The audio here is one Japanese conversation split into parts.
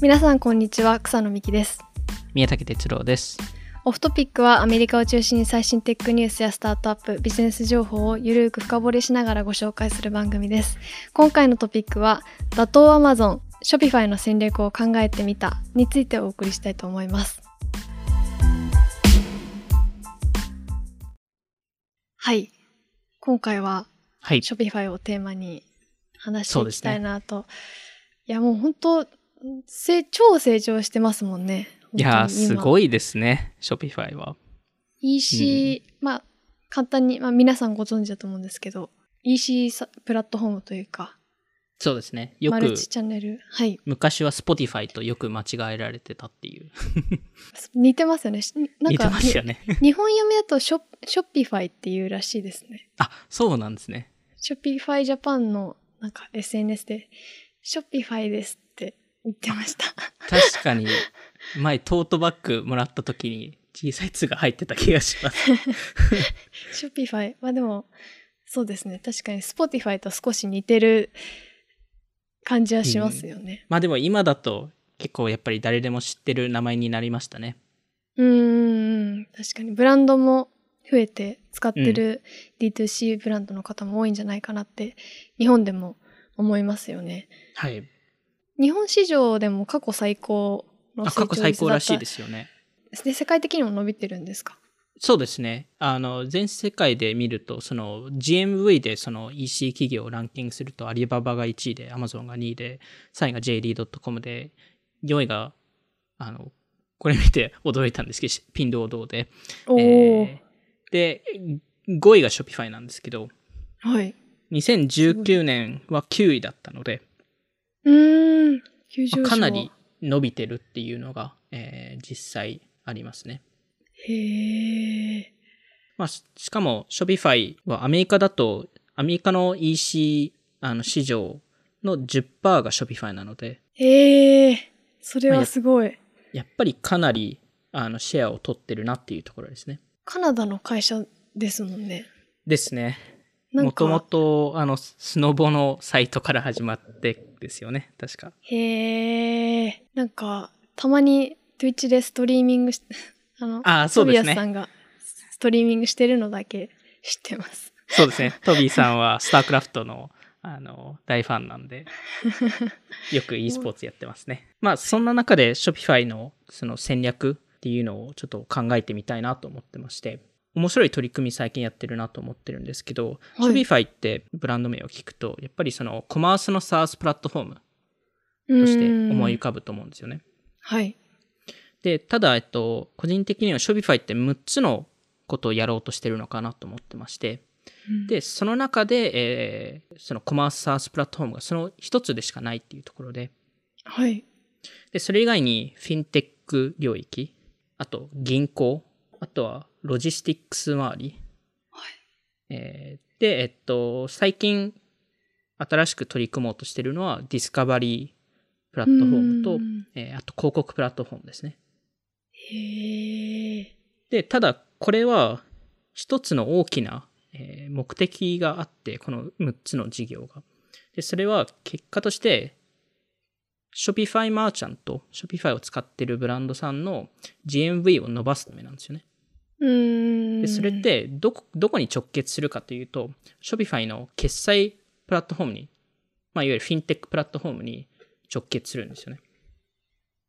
皆さんこんにちは草野美希です宮武哲郎です。オフトピックはアメリカを中心に最新テックニュースやスタートアップビジネス情報をゆるーく深掘りしながらご紹介する番組です今回のトピックは打倒アマゾンショピファイの戦略を考えてみたについてお送りしたいと思いますはい今回ははい。ショピファイをテーマに話しそてういできすたねいなと。いや、もう本当、成超成長してますもんね。いやー、すい。ごいですね。ショピファイは。 EC、まあ、簡単に、まあ皆さんご存知だと思うんですけど、EC さプラットフォームというか、そうですね。よマルく、チチャンネル。はい。昔は Spotify とよく間違えられてたっていう。似てますよね。しなん似てか、ますよね。に 日本読みだとショショッピファイっていうらしいですね。 あ、そうなんですね。ショッピファイジャパンのなんか SNS で、ショッピファイですって言ってました。確かに、 前トートバッグもらった時に小さい「つ」が入ってた気がします。 ショピファイ。まあでも、そうですね。確かに Spotify と少し似てる感じはしますよね。まあでも今だと結構やっぱり誰でも知ってる名前になりましたね。うーん。確かにブランドも増えて使ってる D2C ブランドの方も多いんじゃないかなって、日本でも思いますよね。はい。日本市場でも過去最高のあ過去最高らしいですよね。す。で、世界的にも伸びてるんですかそうですね。あの、全世界で見ると、その GMV でその EC 企業をランキングすると、アリババが1位で、アマゾンが2位で、3位が JD.com で、4位が、あの、これ見て 驚いたんですけど、ピンドードで。おお、えーで、5位が Shopify なんですけど、はい。 2019年は9位だったので、うーん。急上まあ昇かなり伸びてるっていうのが、えー実際ありますね。へえ。まあ、ししかも、Shopify はアメリカだと、アメリカの EC あの市場の10%が Shopify なので、へえ。それまあはやすごい。やっぱりかなりあのシェアを取ってるなっていうところですね。カナダの会社ですもんね。ですね。なんもかともと、あの、スノボのサイトから始まってですよね。確か。へえ。なんか、たまに Twitch でストリーミングし、 あの、ああ、そうですトビアスさね。んがストリーミングしてるのだけ知って ます。そうですね。トビーさんは、スタークラフトの、あの、大ファンなんで、 よく e スポーツやってますね。まあ、そんな中で Shopify のその戦略っていうのをちょっと考えてみたいなと思ってまして、面白い取り組み最近やってるなと思ってるんですけど、はい Shopify ってブランド名を聞くと、やっぱりそのコマースの SaaS プラットフォームうとんして思い浮かぶと思うんですよね。はい。で、ただ、えっと、個人的には Shopify って6つのことをやろうとしてるのかなと思ってまして、うん、で、その中で、えーそのコマースサースプラットフォームがその一つでしかないっていうところで、はい。で、それ以外にフィンテック領域、あと銀行、あとはロジスティックス周り。はいえーで、えっと、最近新しく取り組もうとしてるのはディスカバリープラットフォームうと、んえーあと広告プラットフォームですね。へえ。で、ただこれは一つの大きな、えー目的があって、この6つの事業が。で、それは結果として、Shopify マーチャント、Shopify を使ってるブランドさんの GMV を伸ばすためなんですよね。うーん。で、それっ、てどこ、どこに直結するかというと、Shopify の決済プラットフォームに、まあ、いわゆるフィンテックプラットフォームに直結するんですよね。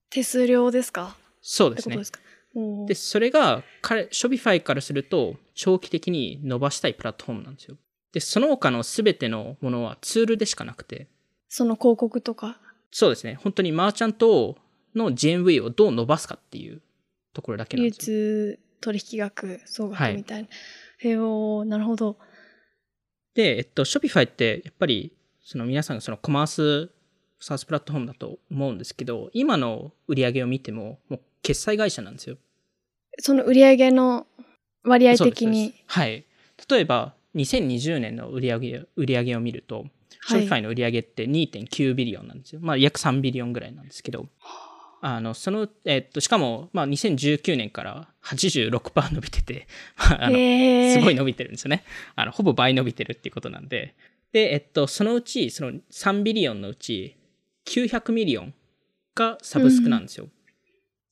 手数料ですかそうってでこすねとで。すかおーで、それが彼、ショビファイからすると、長期的に伸ばしたいプラットフォームなんですよ。で、その他の全てのものはツールでしかなくて、その広告とか。そうですね、本当にマーチャントの GMV をどう伸ばすかっていうところだけなん流ですよ。通取引額総は額いみたいな。へえおーなるほど。で、えっと、ショビファイって、やっぱり、その皆さんがそのコマース、サースプラットフォームだと思うんですけど、今の売り上げを見ても、もう決済会社なんですよ。その売り上げの割合的そうにです。はい。例えば、2020年の売り上げ売り上げを見ると、シはョいピファイの売り上げって2.9ビリオンなんですよ。まあ、約3ビリオンぐらいなんですけど、あの、その、えっと、しかも、まあ、2019年から86%伸びてて、 まあ、あの、へーすごい伸びてるんですよね。あの、ほぼ倍伸びてるっていうことなんで。で、えっと、そのうち、その3ビリオンのうち、900ミリオンがサブスクなんですよ。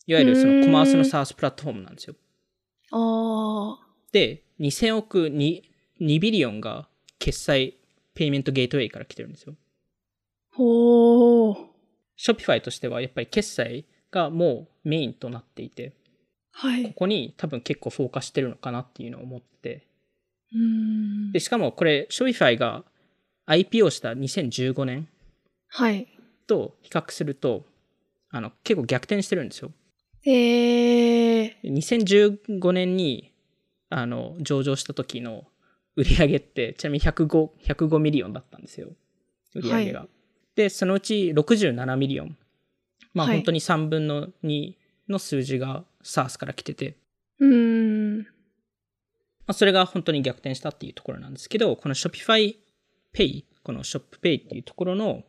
いわゆるそのコマースのサースプラットフォームなんですよ。ああ。で、2000億に、2ビリオンが決済ペイメントゲートウェイから来てるんですよ。ほー。ショピファイとしてはやっぱり決済がもうメインとなっていて、はい。ここに多分結構フォーカスしてるのかなっていうのを思って。うーんで、しかもこれ、ショピファイが IPO した2015年はい。と比較すると、あの、結構逆転してるんですよ。ええ2015年にあの上場した時の売り上げってちなみに105 105ミリオンだったんですよ売り上げが、でそのうち67ミリオンまあはい本当に3分の2の数字が SARS から来てて、うーん。まあ、それが本当に逆転したっていうところなんですけどこの Shopify Pay この ShopPay っていうところの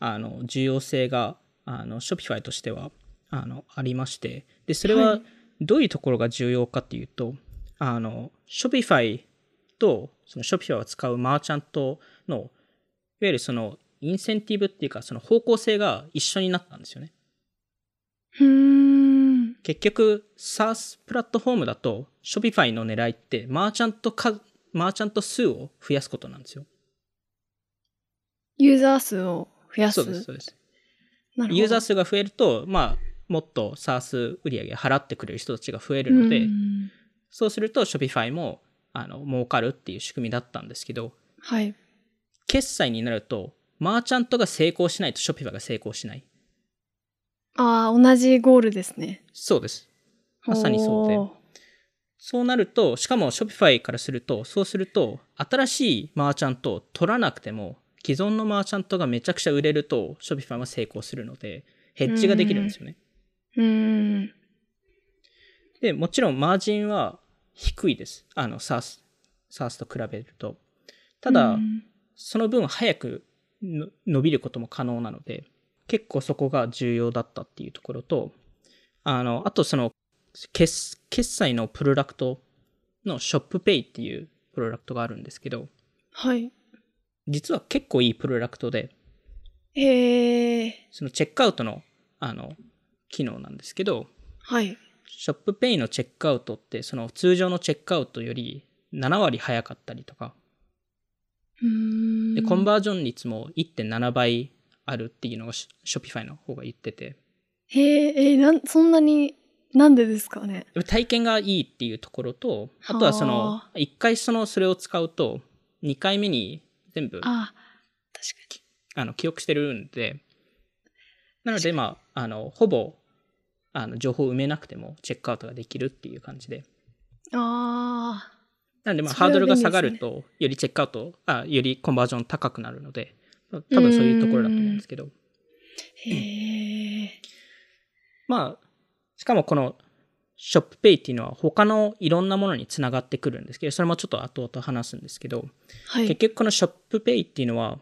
あの重要性があの Shopify としてはあのありましてでそれははいどういうところが重要かっていうと、あの Shopify とその Shopify を使うマーチャントのいわゆるそのインセンティブっていうかその方向性が一緒になったんですよねうーん。結局 SaaS プラットフォームだと Shopify の狙いってマーチャントかマーチャント数を増やすことなんですよ。ユーザー数を増やす。そうですそうです。なるほどユーザー数が増えると、まあ、もっと SaaS 売り上げ払ってくれる人たちが増えるので、うんそうすると Shopify もあの儲かるっていう仕組みだったんですけどはい。決済になるとマーチャントが成功しないと Shopify が成功しない。ああ、同じゴールですね。そうです。まさにそうでおーそうなると、しかも Shopify からすると、そうすると、新しいマーチャントを取らなくても、既存のマーチャントがめちゃくちゃ売れると、Shopify は成功するので、ヘッジができるんですよね。うーん。で、もちろんマージンは低いです。あの、SARS、SARS と比べると。たうだ、んその分早くの伸びることも可能なので、結構そこが重要だったっていうところと、あの、あとその、決決済のプロダクトのショップペイっていうプロダクトがあるんですけど、はい。実は結構いいプロダクトで、ええそのチェックアウトの、あの、機能なんですけど、はい。ショップペイのチェックアウトって、その通常のチェックアウトより7割早かったりとか、うーで、ん。コンバージョン率も1.7倍あるっていうのがショピファイの方が言ってて、へえ、えーなん、そんなに、なんでですかね。体験がいいっていうところと、あとはそのは、 1回その、それを使うと、2回目に全部、あああ、確かの、記憶してるんで、なので、まあ、あの、ほぼ、あの、情報を埋めなくてもチェックアウトができるっていう感じで。に。ああ、なので、まあ、それはハードルが下が便利でるすと、よりチェックアウト、あ、よりコンバージョン高くなるので、多分そういうところだと思うんですけど。へえ。まあ、しかもこのショップペイっていうのは他のいろんなものにつながってくるんですけど、それもちょっと後々話すんですけど、は結い。局このショップペイっていうのは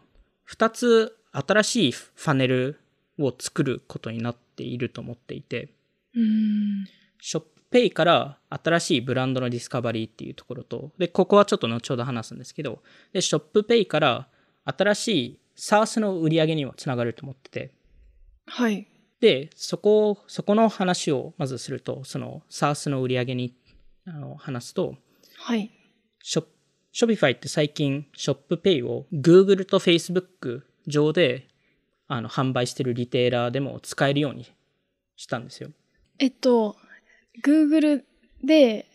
2つ新しいファネルを作ることになっていると思っていて、うーん。ショップペイから新しいブランドのディスカバリーっていうところと、で、ここはちょっと後ほど話すんですけど、で、ショップペイから新しい SARS の売り上げにもつながると思ってて、はい。で、そこを、そこの話をまずすると、その SARS の売り上げにあの話すと、はい。ショショビファイって最近ショップペイを Google と Facebook 上であの販売してるリテーラーでも使えるようにしたんですよ。えっと、Google で、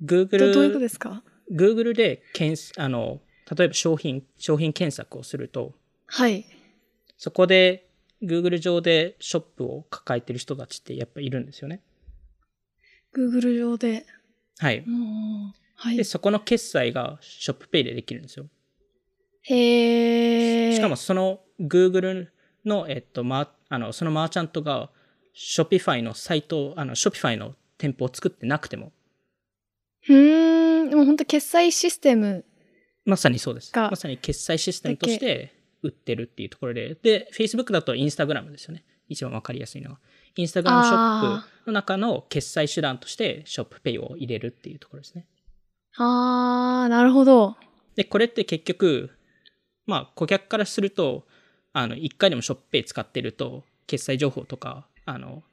ど Google, どういうことですか Google で検索あの、例えば商品、商品検索をすると、はい。そこで Google 上でショップを抱えてる人たちってやっぱいるんですよね。 Google 上で。はい。うんはいで、。そこの決済がショップペイでできるんですよ。へえ。しかも、その Google の、えっと、ま、あの、そのマーチャントが Shopify のサイト、あの、Shopify の店舗を作ってなくても、うーん、でも本当決済システム。まさにそうです。がまさに決済システムとして売ってるっていうところで、で、Facebook だと Instagram ですよね。一番わかりやすいのは。Instagram ショッあプの中の決済手段としてショップペイを入れるっていうところですね。あー、なるほど。で、これって結局、まあ、顧客からすると、あの、一回でもショップペイ使ってると、決済情報とか、あの、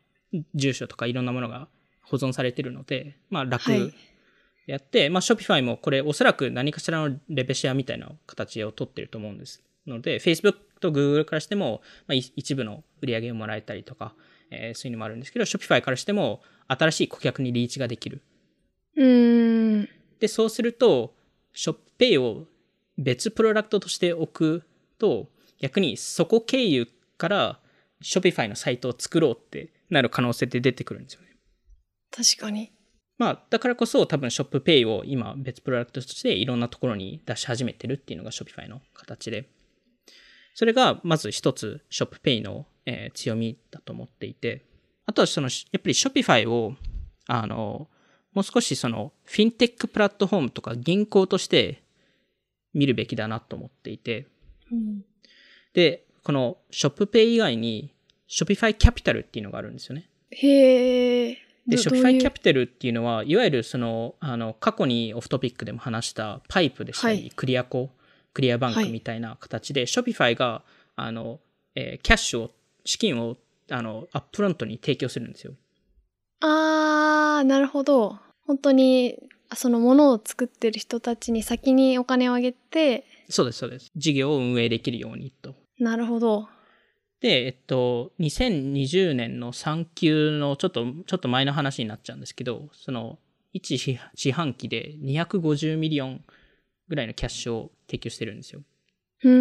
住所とかいろんなものが保存されてるので、まあ楽はいやって、まあ Shopify もこれおそらく何かしらのレベシアみたいな形を取ってると思うんですので、Facebook と Google からしても、まあ、い一部の売り上げをもらえたりとか、えーそういうのもあるんですけど、Shopify からしても新しい顧客にリーチができる。うーん。で、そうすると、ショッペイを別プロダクトとして置くと、逆にそこ経由からショピファイのサイトを作ろうってなる可能性って出てくるんですよね。確かに。まあ、だからこそ多分ショップペイを今別プロダクトとしていろんなところに出し始めてるっていうのが Shopify の形で。それがまず一つショップペイの、えー強みだと思っていて。あとはその、やっぱり Shopify を、あの、もう少しその、フィンテックプラットフォームとか銀行として見るべきだなと思っていて。うん。で、このショップペイ以外に Shopify キャピタルっていうのがあるんですよね。へえ。で、ど Shopify キどャういうピタルっていうのは、いわゆるその、あの、過去にオフトピックでも話したパイプでしたり、はいクリアコ、クリアバンはクいみたいな形で、Shopify が、あの、えーキャッシュを、資金を、あの、アップフロントに提供するんですよ。あー、なるほど。本当に、あそのものを作ってる人たちに先にお金をあげて、そうです、そうです。事業を運営できるようにと。なるほど。で、えっと、2020年の3級のちょっと、ちょっと前の話になっちゃうんですけど、その、1四四半期で250ミリオンぐらいのキャッシュを提供してるんですよ。うー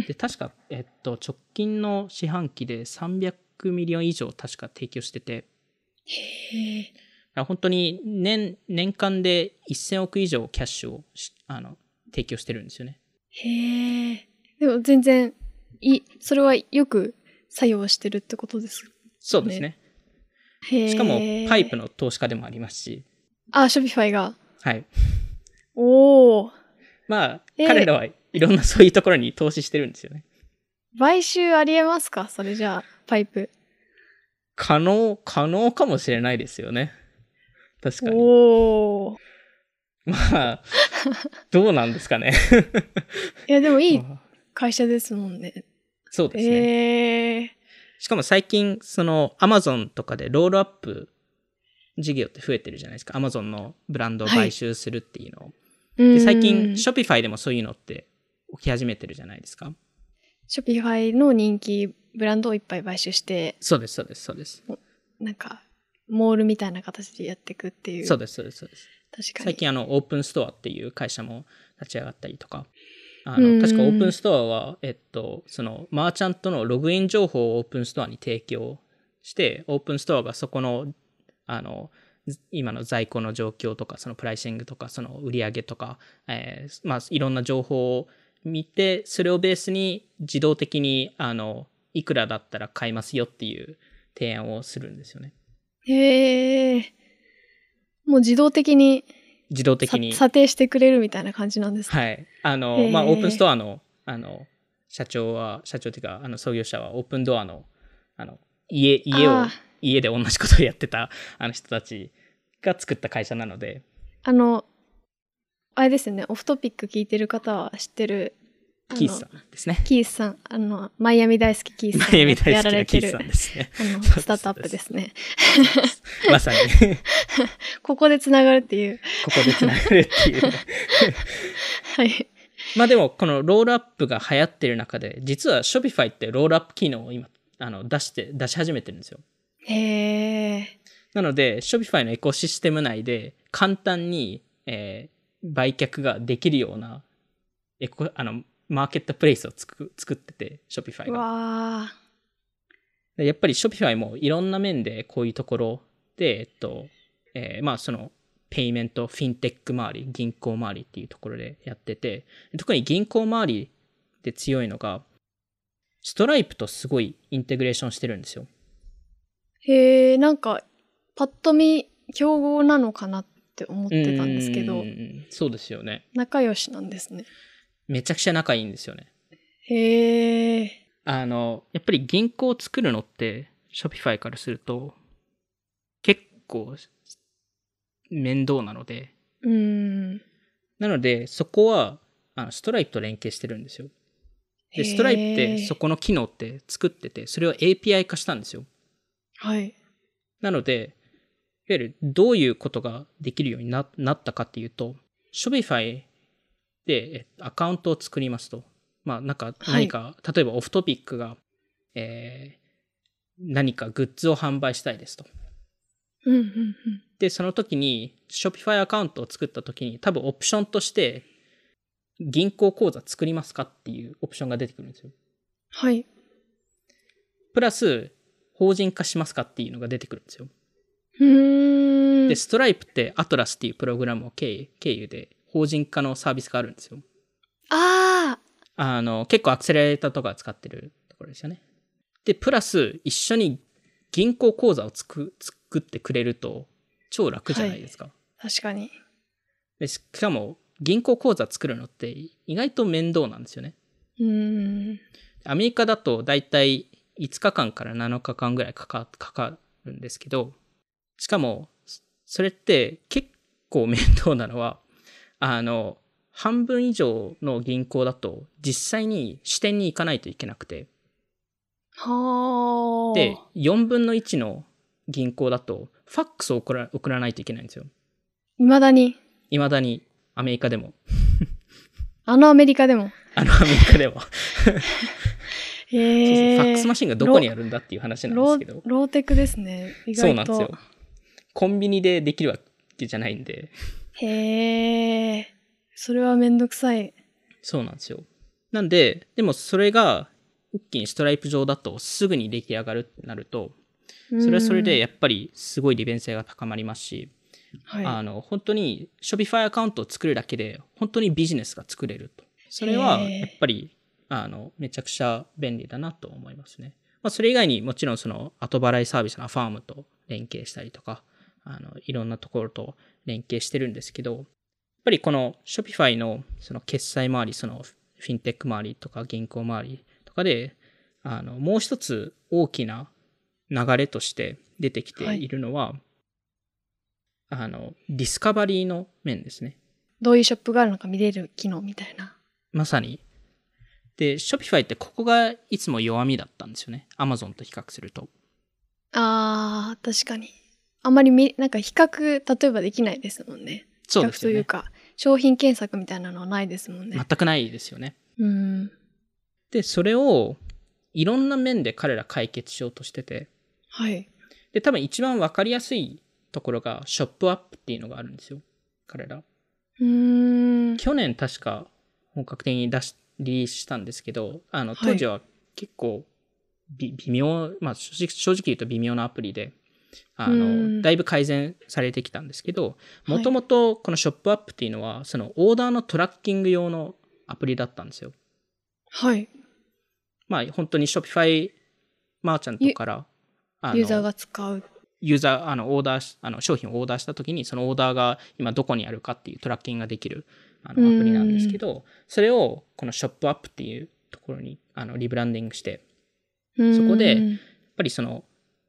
ん。で、確か、えっと、直近の四半期で300ミリオン以上確か提供してて、へえ。だから本当に年、年間で1000億以上キャッシュをしあの提供してるんですよね。へえ。でも全然、い、それはよく作用してるってことです。そうですね。へえ。しかも、パイプ。の投資家でもありますし、あ、ショピファイが。はい。おー。まあ、えー彼らはいろんなそういうところに投資してるんですよね。買収ありえますかそれじゃあ、パイプ。可能、可能かもしれないですよね。確かに。おー。まあ、どうなんですかね。いや、でもいい会社ですもんね。 そうですね。へえ。しかも最近、その、アマゾンとかでロールアップ事業って増えてるじゃないですか。アマゾンのブランドを買収するっていうのを。でで最近、シショピファイでもそういうのって起き始めてるじゃないですか。ョピファイの人気ブランドをいっぱい買収して、そうです、そうです、そうです。なんか、モールみたいな形でやっていくっていう。そうです、そうです、そうです。確かに。最近、あの、オープンストアっていう会社も立ち上がったりとか。あうんの確かオープンストアは、えっと、その、マーチャントのログイン情報をオープンストアに提供して、オープンストアがそこの、あの、今の在庫の状況とか、そのプライシングとか、その売り上げとか、えーまあ、いろんな情報を見て、それをベースに自動的に、あの、いくらだったら買いますよっていう提案をするんですよね。へえ。もう自動的に自動さ的に。査定してくれるみたいな感じなんですね。はい。あへの、ーまあ、オープンストアの、あの、社長は、社長っていうか、あの、創業者は、オープンドアの、あの、家、家あをー、家で同じことをやってた、 あの人たちが作った会社なので、あの、あれですよね、オフトピック聞いてる方は知ってる。あのキースさんですね。 キースさん。あの、マイアミ大好きキースさんマイアミがや大好らきれなキてースるさん。ですね。あの、 そうですスタートアップですね。 まさに、 ここでつながるっていう。ここでつながるっていう。はい。まあでも、このロールアップが流行ってる中で、実は Shopify ってロールアップ機能を今、あの、出して、出し始めてるんですよ。へえ。なので、Shopify のエコシステム内で簡単に、えー売却ができるようなエコあのマーケットプレイスをつく作ってて、Shopify が。わあ。でやっぱり Shopify もいろんな面でこういうところで、えっと、えーまあその、ペイメント、フィンテック周り、銀行周りっていうところでやってて、特に銀行周りで強いのが、ストライプとすごいインテグレーションしてるんですよ。へえ、なんか、パッと見、競合なのかなって思ってたんですけうどんうん、うん。そうですよね。仲良しなんですね。めちゃくちゃ仲いいんですよね。へえ。あの、やっぱり銀行を作るのって、Shopify からすると、結構面倒なので、うん。なので、そこは、あのストライプと連携してるんですよ。へーで、ストライプってそこの機能って作ってて、それを API 化したんですよ。はい。なので、いわゆるどういうことができるようにななったかっていうと、Shopify でえアカウントを作りますと、まあなんかはい何か、例えばオフトピックが、えー何かグッズを販売したいですと。うんうんうん。で、その時に Shopify アカウントを作った時に多分オプションとして銀行口座作りますかっていうオプションが出てくるんですよ。はい。プラス法人化しますかっていうのが出てくるんですよ。うーん。で、ストライプってアトラスっていうプログラムを経由経由で法人化のサービスがあるんですよ。あああの、結構アクセラレーターとか使ってるところですよね。で、プラス一緒に銀行口座をつく作ってくれると超楽じゃないですか。確かに。でししかも銀行口座作るのって意外と面倒なんですよね。うーん。アメリカだとだいたい5日間から7日間ぐらいかかかかるんですけど、しかも、そそれって結構面倒なのは、あの、半分以上の銀行だと実際に支店に行かないといけなくて、はあ。で、4分の1の銀行だとファックスを送ら送らないといけないんですよ。いまだに、未だにアメリカでも、あのアメリカでも。あのアメリカでも。へそうそうえ。ファックスマシンがどこにあるんだっていう話なんでロすけどー。ローテクですね。意そ外うなんと。ですよ。コンビニでできるわけじゃないんで。へえ。それはめんどくさい。そうなんですよ。なんで、でもそれが一気にストライプ上だとすぐに出来上がるってなると、そそれはそれで、やっぱりすごい利便性が高まりますし、はい、あの、本当に Shopify アカウントを作るだけで、本当にビジネスが作れると。それはへーやっぱり、あの、めちゃくちゃ便利だなと思いますね。まあ、それ以外にもちろんその後払いサービスのファームと連携したりとか、あの、いろんなところと連携してるんですけど、やっぱりこの Shopify のその決済周り、そのフィンテック周りとか銀行周りとかで、あの、もう一つ大きな流れとして出てきているのは、あの、ディスカバリーの面ですね。どういうショップがあるのか見れる機能みたいな。まさに。で、Shopify ってここがいつも弱みだったんですよね。Amazon と比較すると。あー、確かに。あんまりみ、なんか比較、例えばできないですもんね。比そうで較すとよいうね。か、商品検索みたいなのはないですもん全ね。くないですよね。うん。で、それをいろんな面で彼ら解決しようとしてて、はい。で、多分一番わかりやすいところがショップアップっていうのがあるんですよ。彼ら。うーん。去年確か本格的に出し、リリースしたんですけど、あの、はい当時は結構び、微妙、まあ正直正直言うと微妙なアプリで、あうんの、だいぶ改善されてきたんですけど、はいもともとこのショップアップっていうのは、そのオーダーのトラッキング用のアプリだったんですよ。はい。まあ本当に Shopify マーチャントから、あのユーザーが使う。ユーザー、あの、オーダーし、あの、商品をオーダーしたときに、そのオーダーが今どこにあるかっていうトラッキングができる、あの、うんアプリなんですけど、それを、このショップアップっていうところに、あの、リブランディングして、やっそこでぱりその、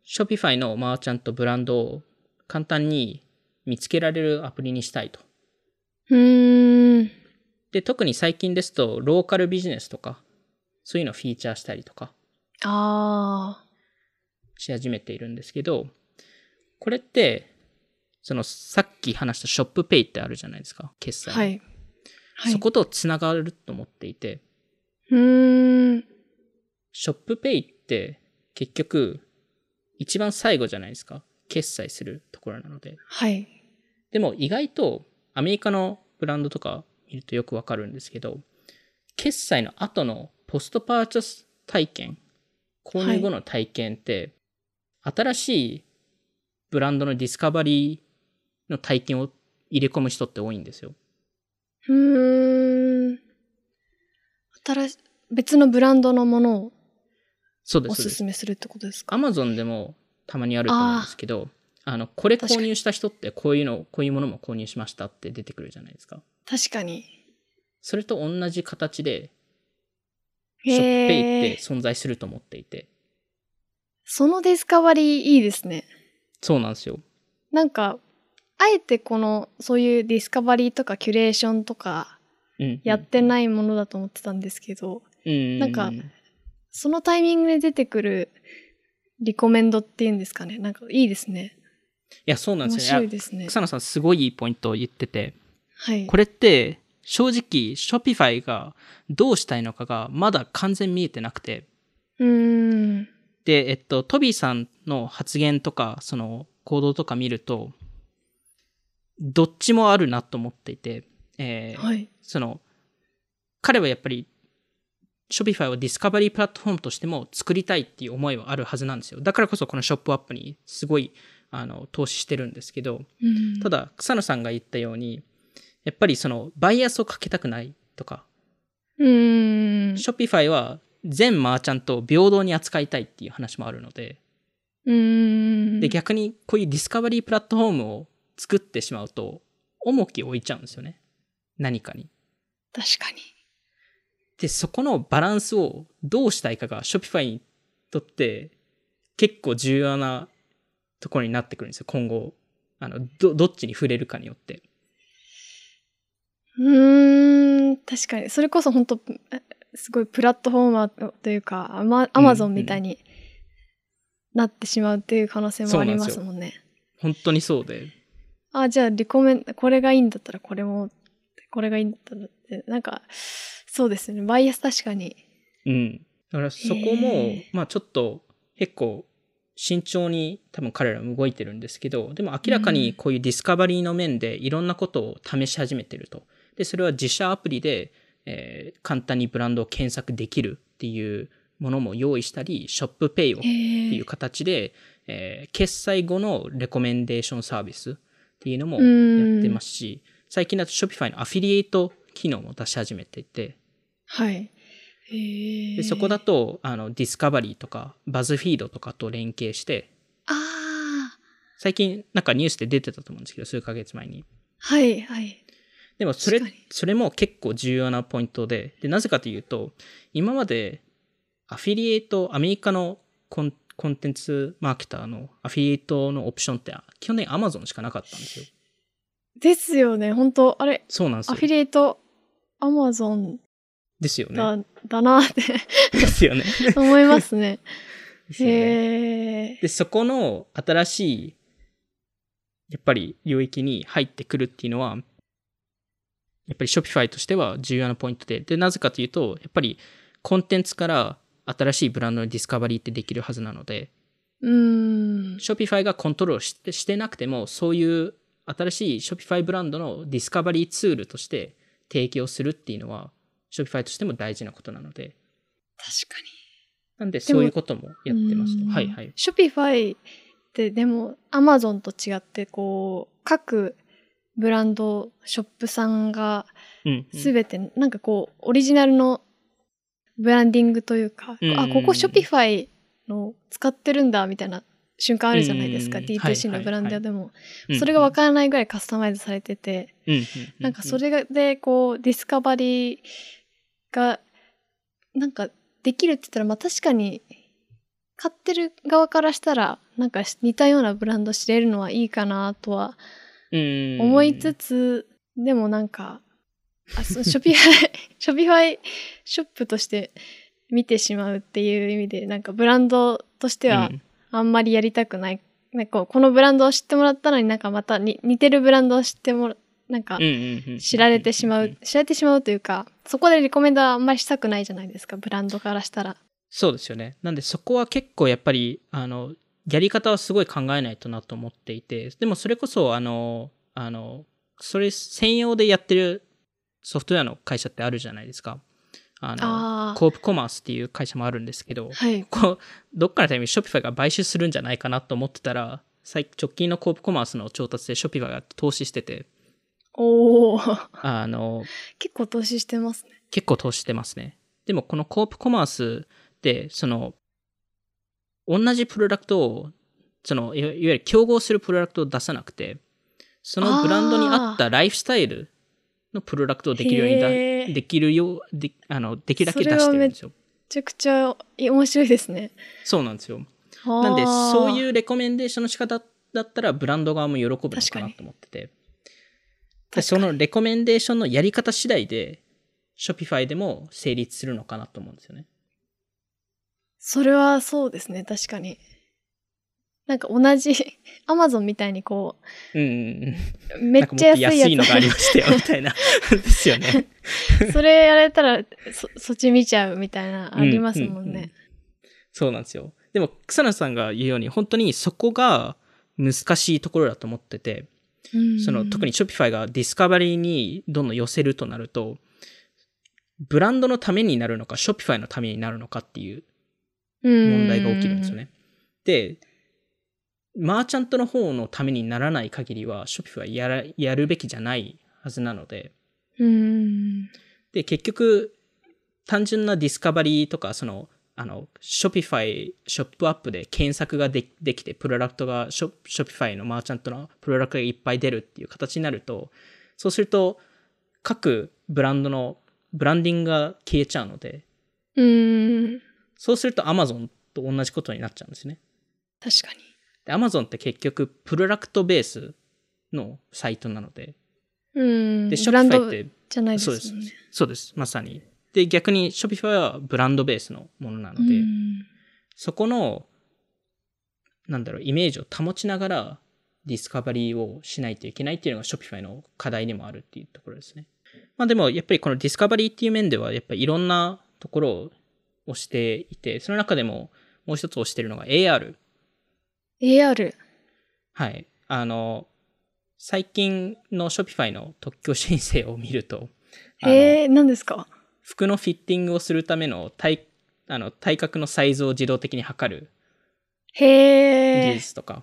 Shopify のマーチャントブランドを簡単に見つけられるアプリにしたいと。うーん。で、特に最近ですと、ローカルビジネスとか、そういうのをフィーチャーしたりとか、あし始めているんですけど、これって、その、さっき話したショップペイってあるじゃないですか、決ー。済の。はい。はい。そことつながると思っていて、うーん。ショップペイって結局一番最後じゃないですか。決済するところなので。はい。でも意外とアメリカのブランドとか見るとよくわかるんですけど、決済の後のポストパーチャス体験、購入後の体験って、新しいブランドのディスカバリーの体験を入れ込む人って多いんですよ。うーん。新し、別のブランドのものをそうでおす。そすうですすめするってことですかアマゾンでもたまにあると思うんですけど、あの、これ確か購に入した人ってこういうの、こういうものも購入しましたって出てくるじゃないですか。確かに。それと同じ形で、ショップペイっへてー存在すると思っていて。そのディスカバリーいいですね。そうなんですよ。なんか、あえてこの、そういうディスカバリーとかキュレーションとかうん。やってないものだと思ってたんですけど、うんなんかそのタイミングで出てくるリコメンドっていうんですかね。なんかいいですね。いや、そうなん面です白よねい。ですね。草野さん、すごいいいポイントを言ってて、はい。これって、正直、Shopify がどうしたいのかが、まだ完全見えてなくて、うーん。で、えっと、トビーさんの発言とか、その行動とか見ると、どっちもあるなと思っていて、えーはい。その、彼はやっぱり、Shopify をディスカバリープラットフォームとしても作りたいっていう思いはあるはずなんですよ。だからこそこのショップアップにすごいあの投資してるんですけど、うんただ草野さんが言ったように、やっぱりそのバイアスをかけたくないとか、うーん。 Shopify は全マーチャントを平等に扱いたいっていう話もあるので、うーん。で、逆にこういうディスカバリープラットフォームを作ってしまうと、重きを置いちゃうんですよね。何かに。確かに。で、そこのバランスをどうしたいかが Shopify にとって結構重要なところになってくるんですよ。今後。あの、ど、どっちに触れるかによって。うーん。確かに。それこそ本当えすごいプラットフォーマーというか、アマアマゾンみたいになってしまうっていう可能性もありますもんね。本当にそうで。あ、じゃあ、リコメン、これがいいんだったら、これも、これがいいんだったらって、なんか、そうですよね。バイアス確かに。うん。だからそこもへー、まあちょっと結構慎重に多分彼らも動いてるんですけど、でも明らかにこういうディスカバリーの面でいろんなことを試し始めてると。で、それは自社アプリで、えー簡単にブランドを検索できるっていうものも用意したり、ショップペイをへえっていう形で、えー決済後のレコメンデーションサービスっていうのもうんやってますし、最近だと Shopify のアフィリエイト機能も出し始めていて、はい。へえでそこだとあのディスカバリーとかバズフィードとかと連携して、ああ。最近なんかニュースで出てたと思うんですけど、数ヶ月前に。はい、はい。でもそれ確かに、それも結構重要なポイントで、で、なぜかというと、今までアフィリエイト、アメリカのコンコンテンツマーケターのアフィリエイトのオプションって基本的に Amazon しかなかったんですよ。ですよね。本当あれ、そうなんですアよフィ。リエイト、アマゾンですよね。だ、だなって ですよね。思いますね。ですよねへえ。で、そこの新しい、やっぱり領域に入ってくるっていうのは、やっぱり Shopify としては重要なポイントで、で、なぜかというと、やっぱりコンテンツから新しいブランドのディスカバリーってできるはずなので、うーん。 Shopify がコントロールしてしてなくても、そういう新しい Shopify ブランドのディスカバリーツールとして提供するっていうのは、Shopify としても大事なことなので、確かに。なんででもそういうこともやってました。はいはい。ショピファイってでも Amazon と違ってこう各ブランドショップさんがうん、うん。すべてなんかこうオリジナルのブランディングというか、うんあここショピファイの使ってるんだみたいな瞬間あるじゃないですか、うん DTC はいはいはのいブランドでも、うんそれがわからないぐらいカスタマイズされてて、うんうんなんかそれれがでこうディスカバリーがなんかできるって言ったらまあ確かに買ってる側からしたらなんかし似たようなブランド知れるのはいいかなとは思いつつ、でもなんかあそショ ピファイショピファイショップとして見てしまうっていう意味でなんかブランドとしてはうんあんまりやりたくない。なんかこうこのブランドを知ってもらったのになんかまたに似てるブランドを知ってもらなんか、知られてしまう、知られてしまうというか、そこでリコメンドはあんまりしたくないじゃないですか、ブランドからしたら。そうですよねなんでそこは結構やっぱりあのやり方はすごい考えないとなと思っていてでもそれこそあのあのそれ専用でやってるソフトウェアの会社ってあるじゃないですかあのああ。コープコマースっていう会社もあるんですけどはい。こうどっかのタイミングでショピファイが買収するんじゃないかなと思ってたら最直近のコープコマースの調達でショピファイが投資してておお。 結あの構投資してますね。結構投資してますね。でもこのコープコマースって、その、同じプロダクトを、その、いわいわゆる競合するプロダクトを出さなくて、そのブランドに合ったライフスタイルのプロダクトをできるようにだ、へーできるよう、であのできるだそけ出れはしてるんですよ。めちゃくちゃい面白いですね。そうなんですよ。な。なんで、そういううレコメンデーションの仕方だったら、ブランド側も喜ぶのか確かなにと思ってて。確かでにそのレコメンデーションのやり方次第で、 Shopify でも成立するのかなと思うんですよね。それはそうですね、確かに。なんか同じ、Amazon みたいにこうんうんうん。う、めっちゃ安いやつ。なんかもっと安いのがありましたよ、みたいな。ですよね。 それやられたら、そ、そっち見ちゃうみたいな、ありますもんうんうんうんね。そうなんですよ。でも、草野さんが言うように、本当にそこが難しいところだと思ってて、その特に。に Shopify がディスカバリーにどんどん寄せるとなると、ブランドのためになるのか、Shopify のためになるのかっていう問問題が起きるんですよ。ね。で、マーチャントの方のためにならない限りは、Shopify やらやるべきじゃないはずなので、うんうんで、結局、単純なディスカバリーとか、その、あの、Shopify、ショップアップで検索がでできて、プロダクトが、ショ Shopify のマーチャントのプロダクトがいっぱい出るっていう形になると、そうすると、各ブランドのブランディングが消えちゃうので、うん。うん。そうすると Amazon と同じことになっちゃうんですね。確かに。で、Amazon って結局、プロダクトベースのサイトなので、うん。で、ブラン Shopify ドって、じゃないですそもうんでね。す。そうです。まさに。で、逆に Shopify はブランドベースのものなので、うんそこの、なんだろう、イメージを保ちながら、ディスカバリーをしないといけないっていうのが Shopify の課題でもあるっていうところですね。まあでも、やっぱりこのディスカバリーっていう面では、やっぱりいろんなところを押していて、その中でももう一つ押してるのが AR。 AR。はい。あの、最近の Shopify の特許申請を見ると、あのえー、何ですか服のフィッティングをするための体あの体格のサイズを自動的に測る技へえ。術とか、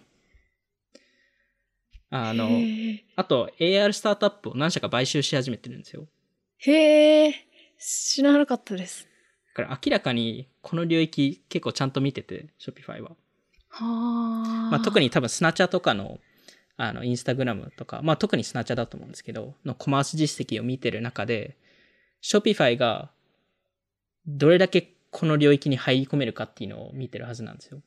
あへの、ーあと AR スタートアップを何社か買収し始めてるんですよ。へえ。知らなかったです。だから明らかにこの領域結構ちゃんと見てて、Shopify は。はあ。まあ、特に多分スナチャとかの、あの、インスタグラムとか、まあ特にスナチャだと思うんですけど、のコマース実績を見てる中で、Shopify がどれだけこの領域に入り込めるかっていうのを見てるはずなんですよ。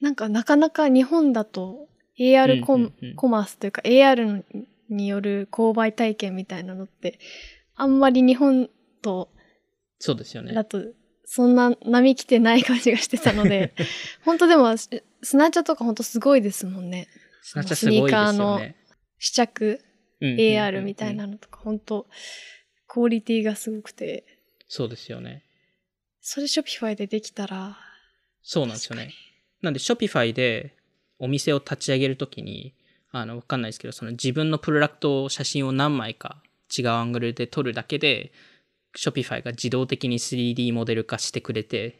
なんかなかなか日本だと AR コ,、うんうんうんコマースというか AR による購買体験みたいなのってあんまり日本とそうですよね。だとそんな波来てない感じがしてたの で本当でもススナチャとか本当すごいですもんねスナチャすごいですスニーカよーのね。試着うんうんうんうん AR みたいな。のとか本当クオリティがすごくてそうですよね。それ Shopify でできたらそうなんですよね。なんで、Shopify でお店を立ち上げるときに、あの、わかんないですけど、その自分のプロダクトを写真を何枚か違うアングルで撮るだけで、Shopify が自動的に 3D モデル化してくれて、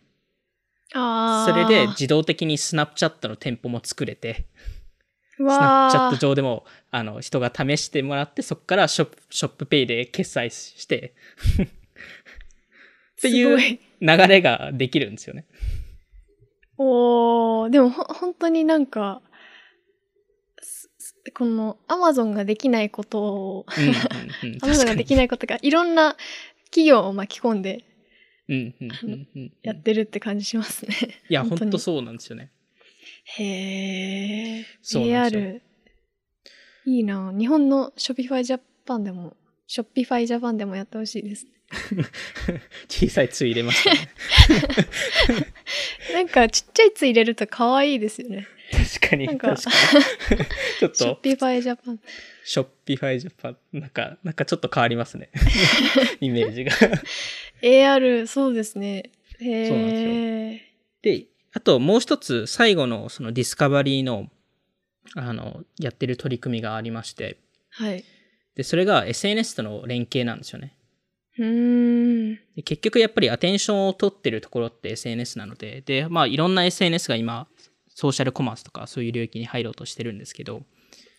あそーれで自動的に Snapchat の店舗も作れて、う Snapchat わー上でも、あの、人が試してもらって、そこからショップ、ショップペイで決済して、っていすごう流れができるんですよね。おー、でもほ、本当になんか、すすこの Amazon ができないことを、うんうんうん、 Amazon ができないことが、いろんな企業を巻き込んでうんうんうんうん、やってるって感じしますね。いや、本本当に当そうなんですよね。へー。そうなんですよ AR。いいな日本の Shopify Japan でも、Shopify Japan でもやってほしいです。小さい「つ」入れましたね。なんか、ちっちゃいつ入れると可愛いですよね。確かに、なん確かかに。 ちょっと、 Shopify Japan。ショッピファイジャパン、なんか、なんかちょっと変わります ね。イメージが。 AR、そうですね。そうなんですへよー。で、あともう一つ、最後のそのディスカバリーの、あの、やってる取り組みがありまして、はい。で、それが SNS との連携なんですよね。うーん。で結局やっぱりアテンションを取ってるところって SNS なので、で、まあいろんな SNS が今、ソーシャルコマースとかそういう領域に入ろうとしてるんですけど、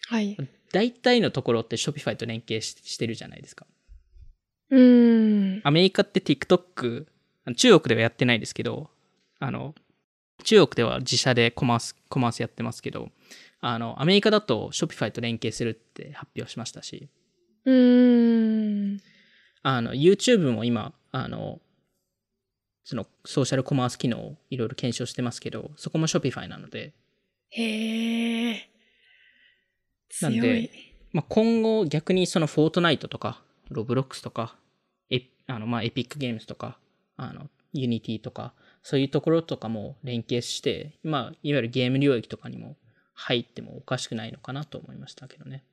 はい。大体のところって Shopify と連携ししてるじゃないですか。うーん。アメリカって TikTok、あの中国ではやってないですけど、あの、中国では自社でコマース、コマースやってますけど、あの、アメリカだと Shopify と連携するって発表しましたし、うーん。あの、YouTube も今、あの、そのソーシャルコマース機能をいろいろ検証してますけど、そこも Shopify なので、へえ。なん強でい。まあ、今後逆にそのフォートナイトとか、ロブロックスとか、エあの、まあ、エピックゲームズとか、あの、ユニティとか、そういうところとかも連携して、まあ、いわゆるゲーム領域とかにも入ってもおかしくないのかなと思いましたけどね。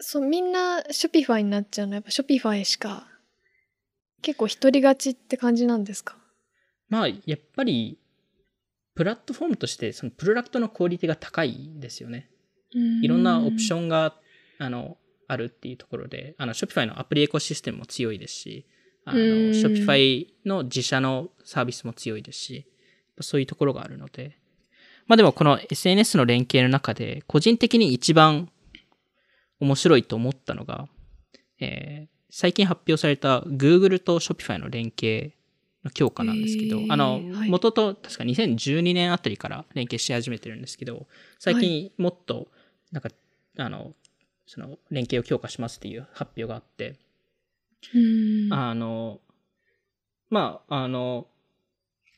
そう、みんなショピファイになっちゃうの。やっぱショピファイしか、結構独り勝ちって感じなんですかまあ、やっぱり、プラットフォームとして、そのプロダクトのクオリティが高いですよね。いろんなオプシン。ョンがあのあるっていうところで、あの Shopify のアプリエコシステムも強いですし、あのうん Shopify の自社のサービスも強いですし、やっぱそういうところがあるので、まあでもこの SNS の連携の中で、個人的に一番面白いと思ったのが、えー最近発表された Google と Shopify の連携の強化なんですけど、へーあの、はい元と確か2012年あたりから連携し始めてるんですけど、最は近もっと、なんか、あの、その連携を強化しますっていう発表があって、うんあの、まあ、あの、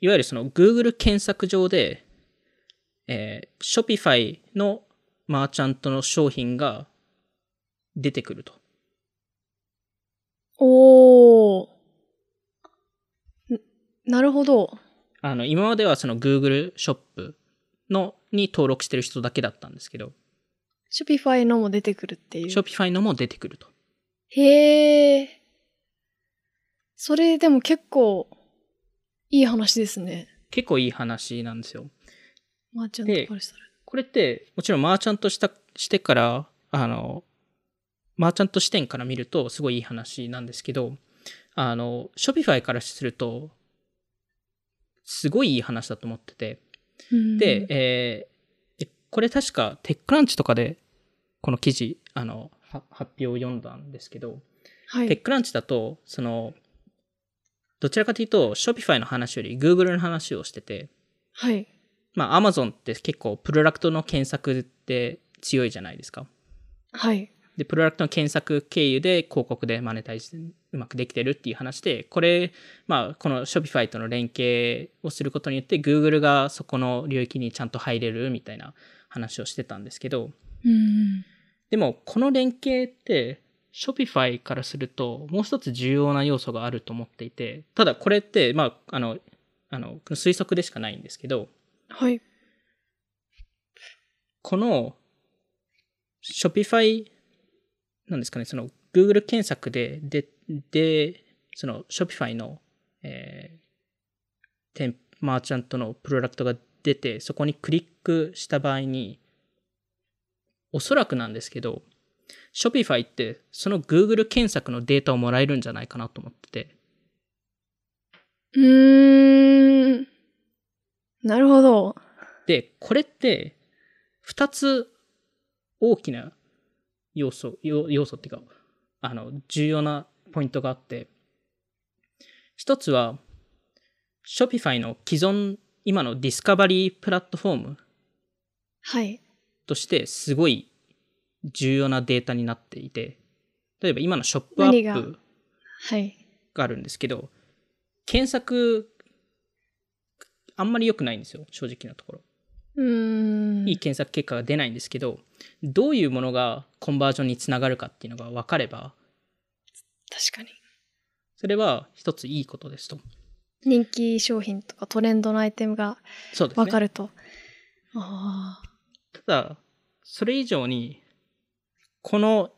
いわゆるその Google 検索上で、えー、Shopify のマーチャントの商品が出てくると。おー。んなるほど。あの、今まではその Google ショップのに登録してる人だけだったんですけど、ショピファイのも出てくるっていう。 Shopify のも出てくると。へえ。それでも結構いい話ですね。結構いい話なんですよ。まーちゃんとこれしたら。これって、もちろんマーチャントしたしてから、あの、マーチャント視点から見ると、すごいいい話なんですけど、あの、Shopify からすると、すごいいい話だと思ってて、うんで、、えーえこれ確か、テックランチとかで、この記事、あの、は発表を読んだんですけど、はい、テックランチだと、その、どちらかというと、Shopify の話より Google の話をしてて、はい。まあ、Amazon って結構プロダクトの検索って強いじゃないですか。はい。で、プロダクトの検索経由で広告でマネタイズうまくできてるっていう話で、これ、まあ、この Shopify との連携をすることによって、Google がそこの領域にちゃんと入れるみたいな話をしてたんですけど、うん。でも、この連携って、Shopify からすると、もう一つ重要な要素があると思っていて、ただこれって、まあ、あの、あの、推測でしかないんですけど、はい。この Shopify なんですかね、その Google 検索で、で、で、その Shopify の、えー、店マーチャントのプロダクトが出て、そこにクリックした場合に、おそらくなんですけど、Shopify ってその Google 検索のデータをもらえるんじゃないかなと思ってて、うーん。なるほど。で、これって、二つ大きな要素、要要素っていうか、あの、重要なポイントがあって、一つは、Shopify の既存、今のディスカバリープラットフォームはい。としてすごい重要なデータになっていて、例えば今のショップア何ッがプはい。があるんですけど、検索、あんまり良くないんですよ、正直なところ。うーん。いい検索結果が出ないんですけど、どういうものがコンバージョンにつながるかっていうのが分かれば、確かに。それは一ついいことですと。人気商品とかトレンドのアイテムがそうですね。わかると。ああ。ただ、それ以上に、この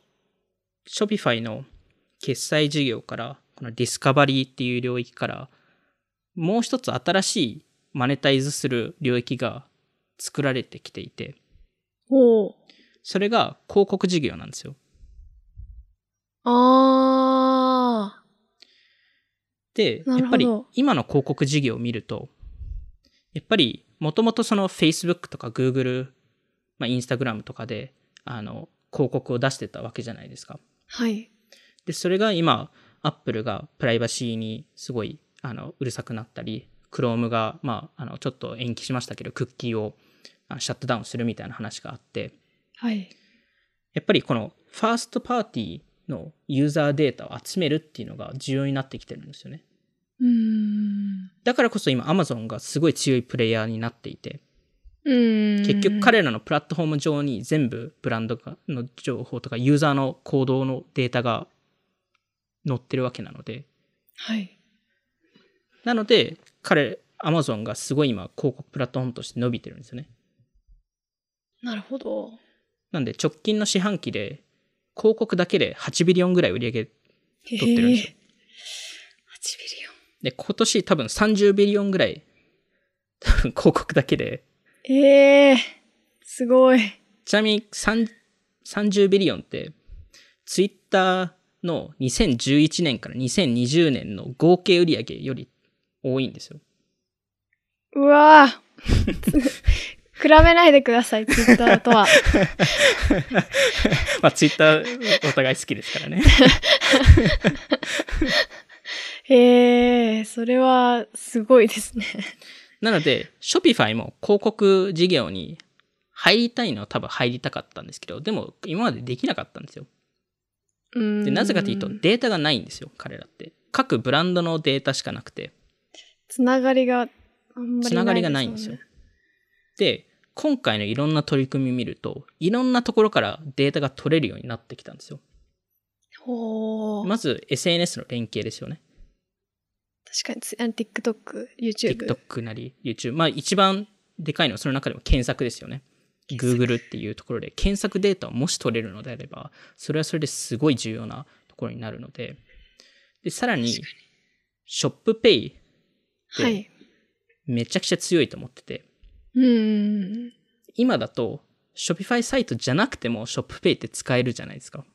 Shopify の決済事業から、このディスカバリーっていう領域から、もう一つ新しいマネタイズする領域が作られてきていて、おお。それが広告事業なんですよ。ああ。で、なやるっほどぱり今の広告事業を見ると、やっぱりもともとその Facebook とか Google、まあ、Instagram とかで、あの、広告を出してたわけじゃないですか。はい。で、それが今、Apple がプライバシーにすごい、あの、うるさくなったり、Chrome が、まあ、あの、ちょっと延期しましたけど、クッキーをあのシャットダウンするみたいな話があって、はい。やっぱりこのファーストパーティーのユーザーデータを集めるっていうのが重要になってきてるんですよね。うーん。だからこそ今 Amazon がすごい強いプレイヤーになっていて、結結局彼らのプラットフォーム上に全部ブランドがの情報とかユーザーの行動のデータが載ってるわけなので、はい。なので、彼、アマゾンがすごい今、広告プラットフォームとして伸びてるんですよね。なるほど。なんで、直近の四半期で、広告だけで8ビリオンぐらい売り上げ、取ってるんです8よビリオン。で、今年多分30ビリオンぐらい、多分広告だけで、ええすごい。ちなみに3 30ビリオンって、ツイッターの2011年から2020年の合計売り上げより多いんですよ。うわぁ。 比べないでください、ツイッターとは。まあ、ツイッターお互い好きですからね。ええそれはすごいですね。 なので、Shopify も広告事業に入りたいのは多分入りたかったんですけど、でも今までできなかったんですよ。うんで、なぜかというとデータがないんですよ、彼らって。各ブランドのデータしかなくて、つながりがあんまりない、つながりがないんですよ。。で、今回のいろんな取り組み見ると、いろんなところからデータが取れるようになってきたんですよ。ほー。まず SNS の連携ですよね。確かにつ、あの TikTok、YouTube。 TikTok なり YouTube。まあ一番でかいのはその中でも検索ですよね。検 Google っていうところで検索データをもし取れるのであれば、それはそれですごい重要なところになるので、で、さらに、ショップペイはい。めちゃくちゃ強いと思ってて、うん。今だと、Shopify サイトじゃなくてもショップペイって使えるじゃないですか。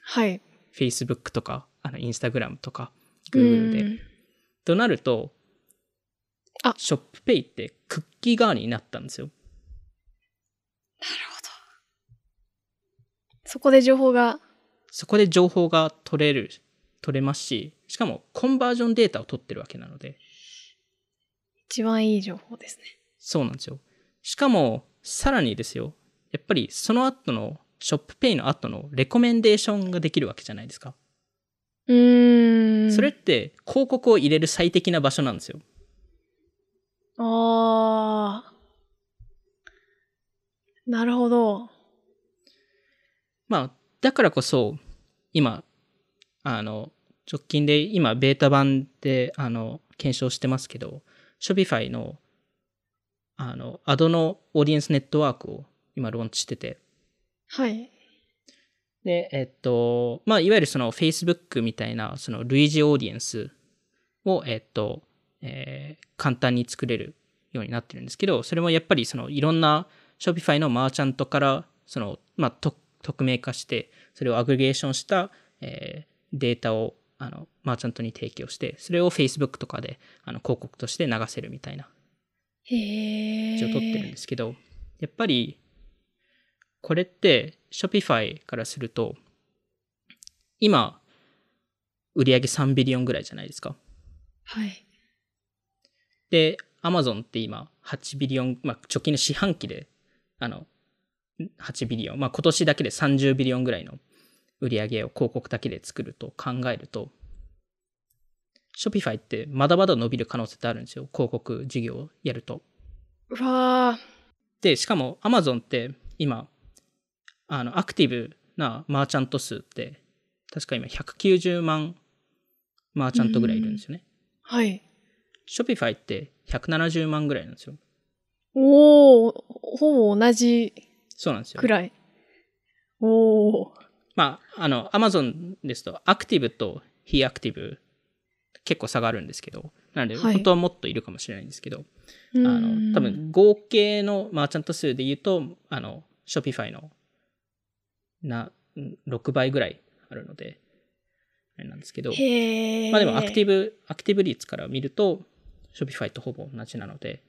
はい。 Facebook とか、あの、Instagram とか、Google で。うんとなると、あショップペイってクッキー代わりになったんですよ。なるほど。そこで情報が、そこで情報が取れる、取れますし、しかもコンバージョンデータを取ってるわけなので、一番いい情報ですね。そうなんですよ。しかも、さらにですよ、やっぱりその後の、ショップペイの後のレコメンデーションができるわけじゃないですか。うーん。それって広告を入れる最適な場所なんですよ。ああ。なるほど。まあ、だからこそ、今、あの、直近で、今、ベータ版で、あの、検証してますけど、Shopify の、あの、アドのオーディエンスネットワークを今、ローンチしてて、はい。で、えっと、まあ、いわゆるその Facebook みたいな、その類似オーディエンスを、えっと、えー簡単に作れるようになってるんですけど、それもやっぱりそのいろんな Shopify のマーチャントから、その、まあ、と匿名化して、それをアグリゲーションした、えーデータを、あの、マーチャントに提供して、それを Facebook とかで、あの、広告として流せるみたいなへえ。一応取ってるんですけど、やっぱり、これって、Shopify からすると、今、売上3ビリオンぐらいじゃないですか。はい。で、Amazon って今、8ビリオン、まあ、直近の四半期で、あの、8ビリオン、まあ、今年だけで30ビリオンぐらいの売り上げを広告だけで作ると考えると、Shopify ってまだまだ伸びる可能性ってあるんですよ。広告事業をやると。うわで、しかも Amazon って今、あの、アクティブなマーチャント数って、確か今190万マーチャントぐらいいるんですよね。ー。はい。 Shopify って170万ぐらいなんですよ。おお、ほぼ同じそうなんですよく。らい。おお。まあ、あの、Amazon ですと、アクティブと非アクティブ、結構差があるんですけど、なので、はい本当はもっといるかもしれないんですけど、ああの、多。分合計のマーチャント数で言うと、あの、Shopify のな、ん6倍ぐらいあるので、あれなんですけど、へえ。まあでもアクティブ。ブ、アクティブ率から見ると、Shopify とほぼ同じなので、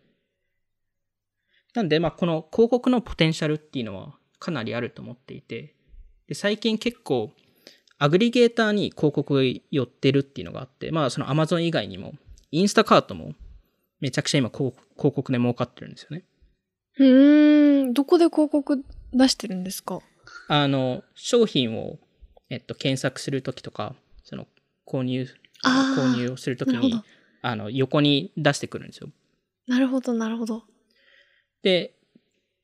なんで、まあこの広告のポテンシャルっていうのはかなりあると思っていて、で最近結構、アグリゲーターに広告が寄ってるっていうのがあって、まあその Amazon 以外にも、インスタカートもめちゃくちゃ今広告広告で儲かってるんですよね。うーん。どこで広告出してるんですかあの、商品を、えっと、検索するときとか、その購入、あー購入をするときなるほにど、あの、横に出してくるんですよ。なるほど、なるほど。で、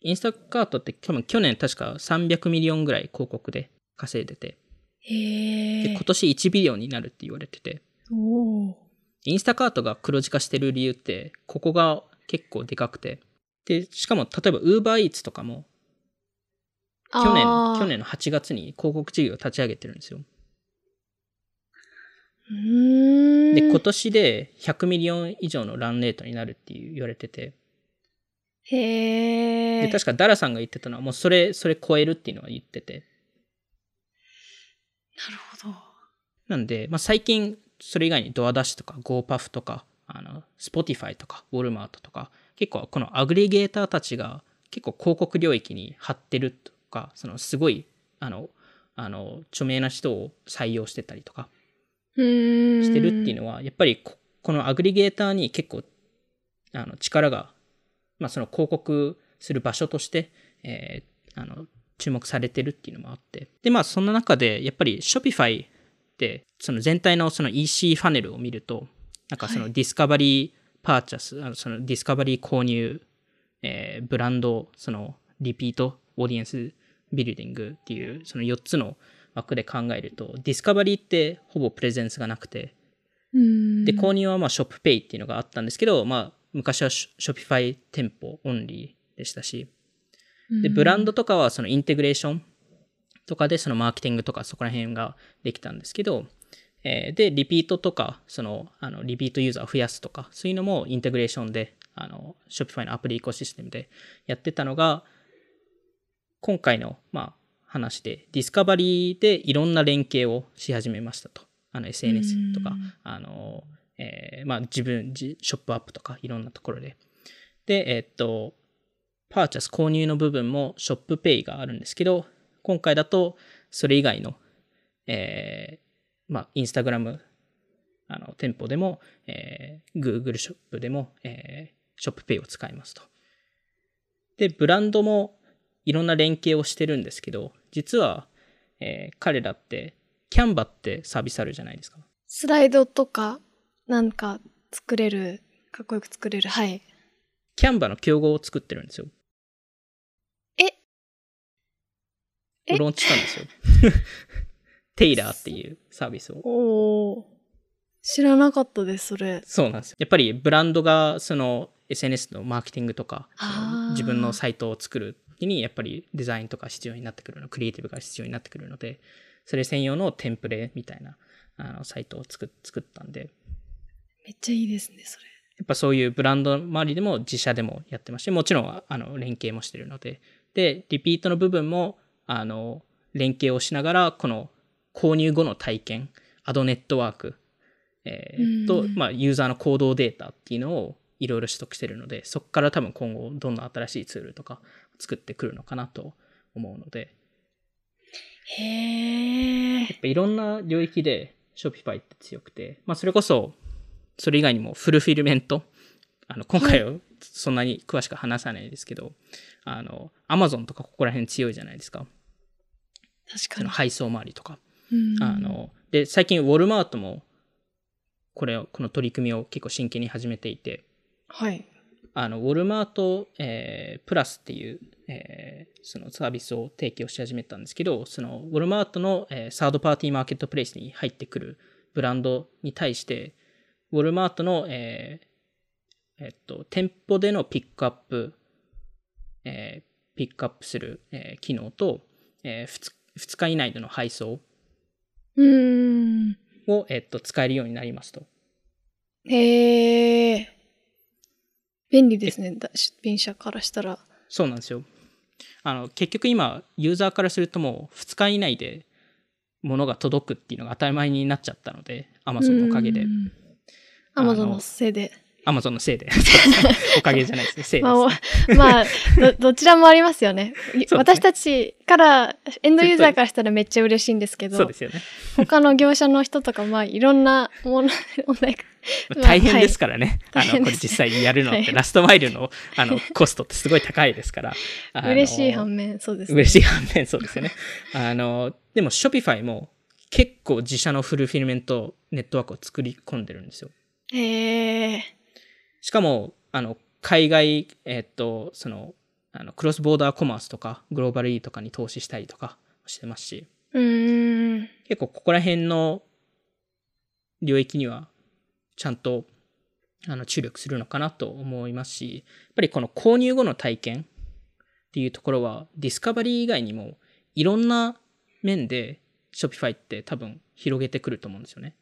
インスタカートって多分去年確か300ミリオンぐらい広告で稼いでて、へでえ今。年1ビリオンになるって言われてて、おお。インスタカートが黒字化してる理由って、ここが結構でかくて。で、しかも例えば UberEats とかも、去年、あー去。年の8月に広告事業を立ち上げてるんですよ。うーん。で、今年で100ミリオン以上のランレートになるっていう言われてて。へえ。で、確かダラさんが言ってたのは、もうそれ、それ超えるっていうのは言ってて。なるほど。なんで、まあ、最近、それ以外にドアダッシュとか GoPuff とか、あの、Spotify とか Walmart とか、結構このアグリゲーターたちが結構広告領域に張ってるとか、そのすごい、あの、あの、著名な人を採用してたりとかうーん。してるっていうのは、やっぱりここのアグリゲーターに結構、あの、力が、まあ、その広告する場所として、えーあの、注目されてるっていうのもあって。で、まあ、そんな中で、やっぱり Shopify って、その全体のその EC ファネルを見ると、なんかそはのいディスカバリーパーチャス、あのそのディスカバリー購入、えーブランド、そのリピート、オーディエンスビルディングっていう、その4つの枠で考えると、ディスカバリーってほぼプレゼンスがなくて、うん。で、購入はまあショップペイっていうのがあったんですけど、まあ、昔はショショピファイ店舗オンリーでしたし、で、ブランドとかはそのインテグレーションとかでそのマーケティングとかそこら辺ができたんですけど、えーで、リピートとか、その、あの、リピートユーザーを増やすとか、そういうのもインテグレーションで、あの、Shopify のアプリエコシステムでやってたのが、今回の、まあ、話で、ディスカバリーでいろんな連携をし始めましたと。あの、SNS とうかん、あの、えーまあ、自分、じショップアップとか、いろんなところで。で、えーっと、パーチャス購入の部分もショップペイがあるんですけど、今回だと、それ以外の、えーまあ、インスタグラム、あの、店舗でも、えー Google ショップでも、えーショップペイを使いますと。で、ブランドもいろんな連携をしてるんですけど、実は、えー彼らって、キャンバってサービスあるじゃないですか。スライドとか、なんか作れる、かっこよく作れる。はい。キャンバの競合を作ってるんですよ。ええうろんちたんですよ。 テイラーっていうサービスを。おお。知らなかったです、それ。そうなんですよ。やっぱりブランドがその SNS のマーケティングとかあー、自分のサイトを作る時にやっぱりデザインとか必要になってくるの、クリエイティブが必要になってくるので、それ専用のテンプレみたいなあのサイトを作作ったんで、めっちゃいいですね、それ。やっぱそういうブランド周りでも自社でもやってまして、もちろんあの連携もしてるので、で、リピートの部分も、あの、連携をしながら、この購入後の体験、アドネットワーク、えーとう、んまあ、ユーザーの行動データっていうのをいろいろ取得してるので、そこから多分今後どんどん新しいツールとか作ってくるのかなと思うので、へえ。やっぱいろんな領域で Shopify って強くて、まあ、それこそ、それ以外にもフルフィルメント。あの、今回はそんなに詳しく話さないですけど、あの、Amazon とかここら辺強いじゃないですか。確そかのに。配送周りとか。うんあ、の、で、最近ウォルマートも、これを、この取り組みを結構真剣に始めていて、はい。あの、ウォルマート、えープラスっていう、えーそのサービスを提供し始めたんですけど、その、ウォルマートの、えーサードパーティーマーケットプレイスに入ってくるブランドに対して、ウォルマートの、えーえっと、店舗でのピックアップ、えーピックアップする、えー機能と、え 2, 日以内での配送うーん。を、えっと、使えるようになりますと。へえ。便利ですね、だ出品者からしたら。そうなんですよ。あの結局今ユーザーからするともう2日以内で物が届くっていうのが当たり前になっちゃったので Amazon のおかげで。アマゾあンののせいで。 Amazon のせいで そうですねおかげじゃないですねせいでまあ、すおね。まあど、 どちらもありますよね。すね私たちから、エンドユーザーからしたらめっちゃ嬉しいんですけ そうどで、すよね。他の業者の人とか、まあ、いろんなもの、 問題がまあまあ大変ですからね。はいあのこれ実際にやるのっ大て変ラストマイルのあのコストってすごい高いですから。あの嬉しい反面、そうですね。嬉しい反面そうですよね。あの、でも Shopify も結構自社のフルフィルメントネットワークを作り込んでるんですよ。へえ。しかも、あの、海外、えっと、その、あの、クロスボーダーコマースとか、グローバル E とかに投資したりとかしてますし、うーん。結構ここら辺の領域にはちゃんとあの注力するのかなと思いますし、やっぱりこの購入後の体験っていうところは、ディスカバリー以外にもいろんな面で Shopify って多分広げてくると思うんですよね。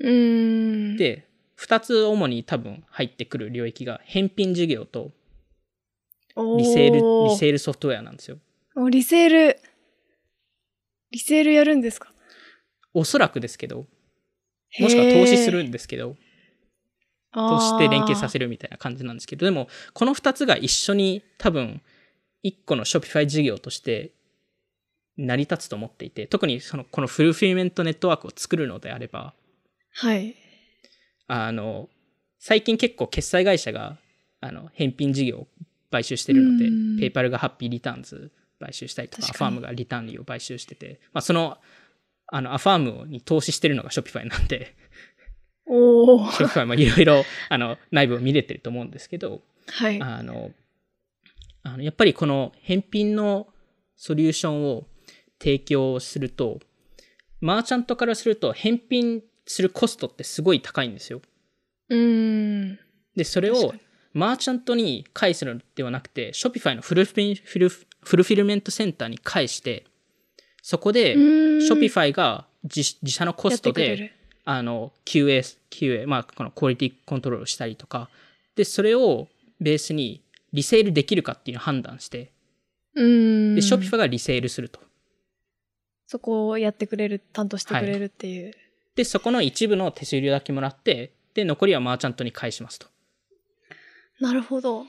うーん。、で、2つ主に多分入ってくる領域が返品事業とリセール、リセールソフトウェアなんですよ。ール。おリセール。リセールやるんですかおそらくですけど、もしくは投資するんですけど、として連携さる。せるみたいな感じなんですけど、でも、この2つが一緒に多分、1個の Shopify 事業として成り立つと思っていて、特にその、このフルフィメントネットワークを作るのであれば、はい。あの、最近結構決済会社が、あの、返品事業を買収してるのでうん、ペイパルがハッピーリターンズ買収したりとか、ア確フかァーにムがリターンリーを買収してて、まあ、その、あの、アファームに投資してるのが Shopify なん で、おお。 Shopify もいろいろ、あの、内部を見れてると思うんですけど、はい。あの、あのやっぱりこの返品のソリューションを提供すると、マーチャントからすると返品するコストってすごい高いんですよ。うーん。で、それ確をかにマーチャントに返すのではなくて、Shopify のフルフィフルフフルフィルメントセンターに返して、そこでうーん Shopify が自自社のコやスってトくれでる。あの、QA、QA、まあ、このクオリティコントロールをしたりとか、で、それをベースにリセールできるかっていうのを判断して、うーん。で、Shopify がリセールすると。そこをやってくれる、担当してくれるっていう。で、そこの一部の手数料だけもらって、で、残りはマーチャントに返しますと。なるほど。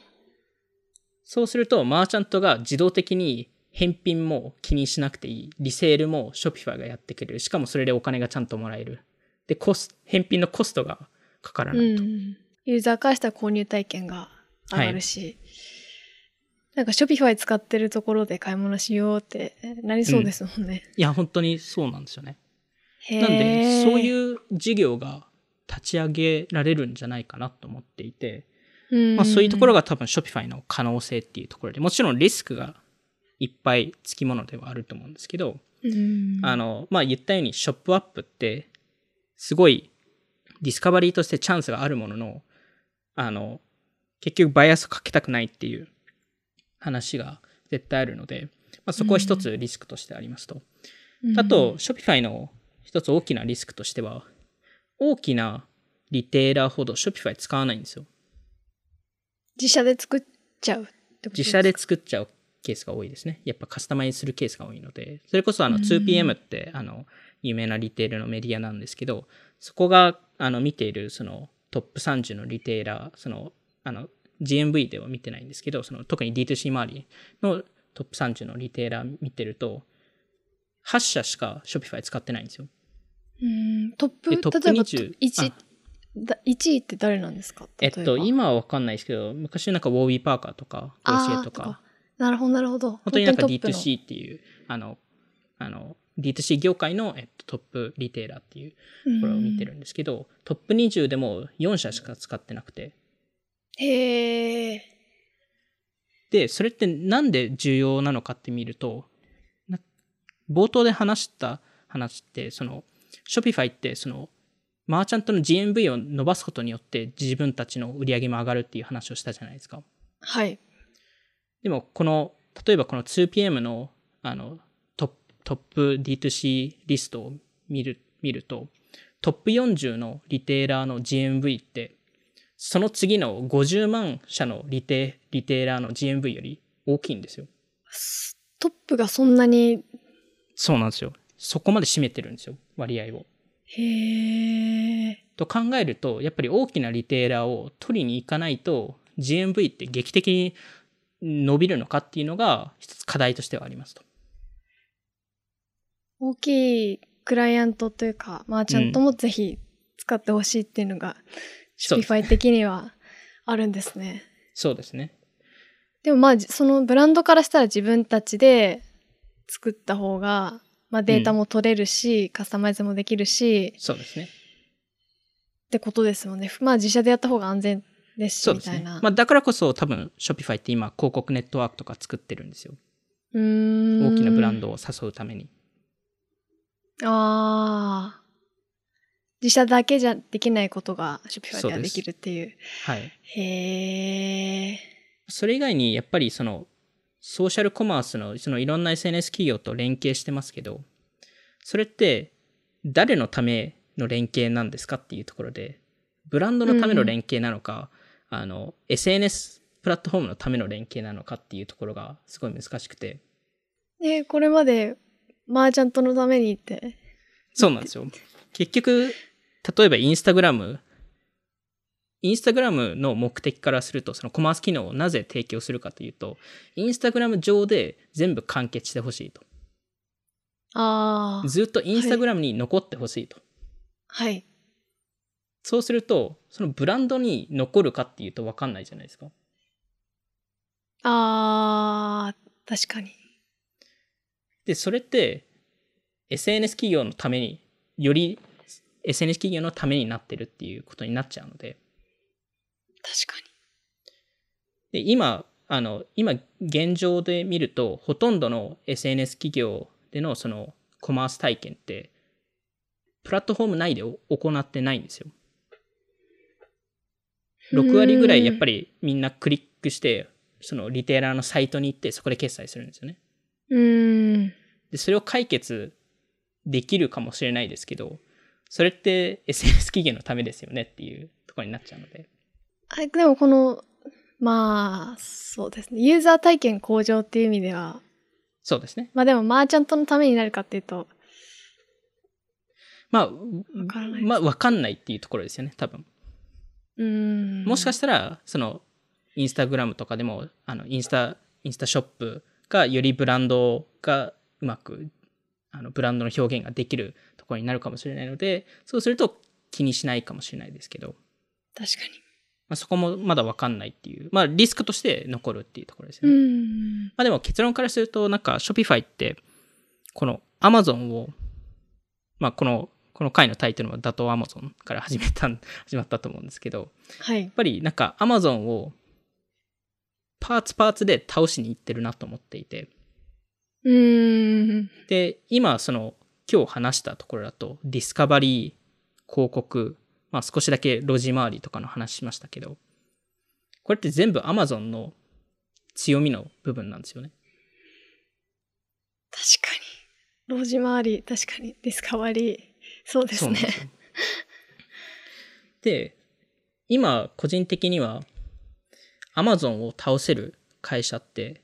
そうすると、マーチャントが自動的に返品も気にしなくていい。リセールも Shopify がやってくれる。しかもそれでお金がちゃんともらえる。で、コス、返品のコストがかからうないと。ん。ユーザーからしたら購入体験が上がるし。なんか Shopify 使ってるところで買い物しようってなりそうですもんね。いや、本当にそうなんですよね。へーなんで、そういう事業が立ち上げられるんじゃないかなと思っていて、うん、まあ、そういうところが多分 Shopify の可能性っていうところで、もちろんリスクがいっぱいつきものではあると思うんですけど、うん、あの、まあ、言ったようにショップアップって、すごいディスカバリーとしてチャンスがあるものの、あの、結局バイアスかけたくないっていう話が絶対あるので、まあ、そこは一つリスクとしてありますと。うんあと、、Shopify の一つ大きなリスクとしては、大きなリテーラーほど Shopify 使わないんですよ。自社で作っちゃうってこと自社ですか作っちゃうケースが多いですね。やっぱカスタマイズするケースが多いので、それこそあうのん 2PM ってあの有名なリテールのメディアなんですけど、そこがあの見ているそのトップ30のリテーラー、そのあの GMV では見てないんですけど、その特に D2C 周りのトップ30のリテーラー見てると、8社しか Shopify 使ってないんですよ。うんトップでトップ例えば20 1, あだ1位って誰なんですかえっと、例ば今はわかんないですけど、昔なんかウォービー・パーカーとか、コーシあエーとか、なるほどなるほど本当になんかトップの D2C っていう、あの、あの、D2C 業界の、えっと、トップリテイラーっていうところを見てるんですけど、トップ20でも4社しか使ってなくて、うんへえで、それってなんで重要なのかって見ると、な冒頭で話した話って、その、Shopify って、その、マーチャントの GMV を伸ばすことによって自分たちの売り上げも上がるっていう話をしたじゃないですか。はいでも、この、例えばこの 2PM の、あの、トップ、トップ D2C リストを見る、見ると、トップ40のリテーラーの GMV って、その次の50万社のリテ、リテーラーの GMV より大きいんですよ。すトップがそんなにそうなんですよ。そこまで占めてるんですよ、割合を。へえと考えると、やっぱり大きなリテーラーを取りに行かないと、GMV って劇的に伸びるのかっていうのが、一つ課題としてはありますと。大きいクライアントというかマーチャントもぜひ使ってほしいっていうのが、そうです Shopify 的にはあるんですねそうですね。でもまあじそのブランドからしたら自分たちで作った方が、まあ、データも取れるし、カスタマイズもできるしっそうですね。てことですもんねまあ自社でやった方が安全ですしそうみですたいね。なう,、まあ、だからこそ多分 Shopify って今広告ネットワークとか作ってるんですよ。ーん大きなブランドを誘うために。ああ。自社だけじゃできないことが Shopify そうではですできるっていう。はい。へえ。それ以外にやっぱりそのソーシャルコマースのそのいろんな SNS 企業と連携してますけどそれって誰のための連携なんですかっていうところでブランドのための連携なのか、あの SNS プラットフォームのための連携なのかっていうところがすごい難しくてで、これまで、マーチャントのためにって。そうなんですよ結局例えばインスタグラムインスタグラムの目的からするとそのコマース機能をなぜ提供するかというとインスタグラム上で全部完結してほしいとああ。ずっとインスタグラムに残ってほしいと、はい。そうするとそのブランドに残るかっていうと分かんないじゃないですかああ、確かに。でそれって SNS 企業のためにより SNS 企業のためになってるっていうことになっちゃうので確かに。で今あの今現状で見るとほとんどの SNS 企業でのそのコマース体験ってプラットフォーム内で行ってないんですよ6割ぐらいやっぱり。りみんなクリックしてそのリテーラーのサイトに行ってそこで決済するんですよねうーん。でそれを解決できるかもしれないですけどそれって SNS 企業のためですよねっていうところになっちゃうのであでもこの、まあ、そうですね。ユーザー体験向上っていう意味では、そうですねまあでもマーチャントのためになるかっていうと、まあわからないですまあ分かんないっていうところですよね多分うーん。もしかししたらそのインスタグラムとかでもあのインスタインスタショップがよりブランドがうまくあのブランドの表現ができるところになるかもしれないのでそうすると気にしないかもしれないですけど、確かに。まあ、そこもまだ分かんないっていう、まあ、リスクとして残るっていうところですようね。ん。まあ、でも結論からするとなんか Shopify ってこの Amazon を、まあ、このこの回のタイトルも「打倒 Amazon」から始めたん始まったと思うんですけどはいやっ。ぱりなんか Amazon をパーツパーツで倒しに行ってるなと思っていて。うーん。で、今その今日話したところだとディスカバリー、広告、まあ少しだけ路地回りとかの話しましたけど、これって全部 Amazon の強みの部分なんですよね。確かに。路地回り、確かに。ディスカバリー。そうでそすうなんでね。すよ。で、今個人的には Amazon を倒せる会社って、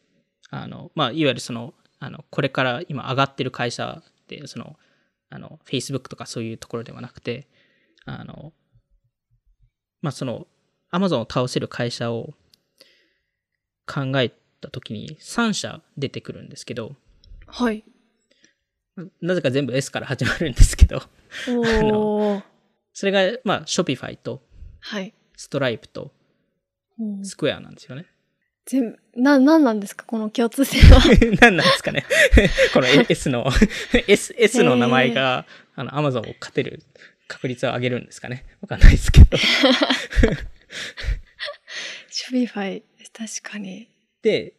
あの、まあ、いわゆるその、あの、これから今上がってる会社で、その、あの、Facebook とかそういうところではなくて、あの、まあ、その、Amazon を倒せる会社を考えたときに3社出てくるんですけど、 はい。なぜか全部 S から始まるんですけど、おー。それが、まあ、Shopify とはい。ストライプとスクエアなんですよね。 全部、な、なんなんですかこの共通性は。何なんですかね この S の S、S の名前が、あの、Amazon を勝てる確率を上げるんですかねわかんないですけ ど。ショビファイ、確かに。で、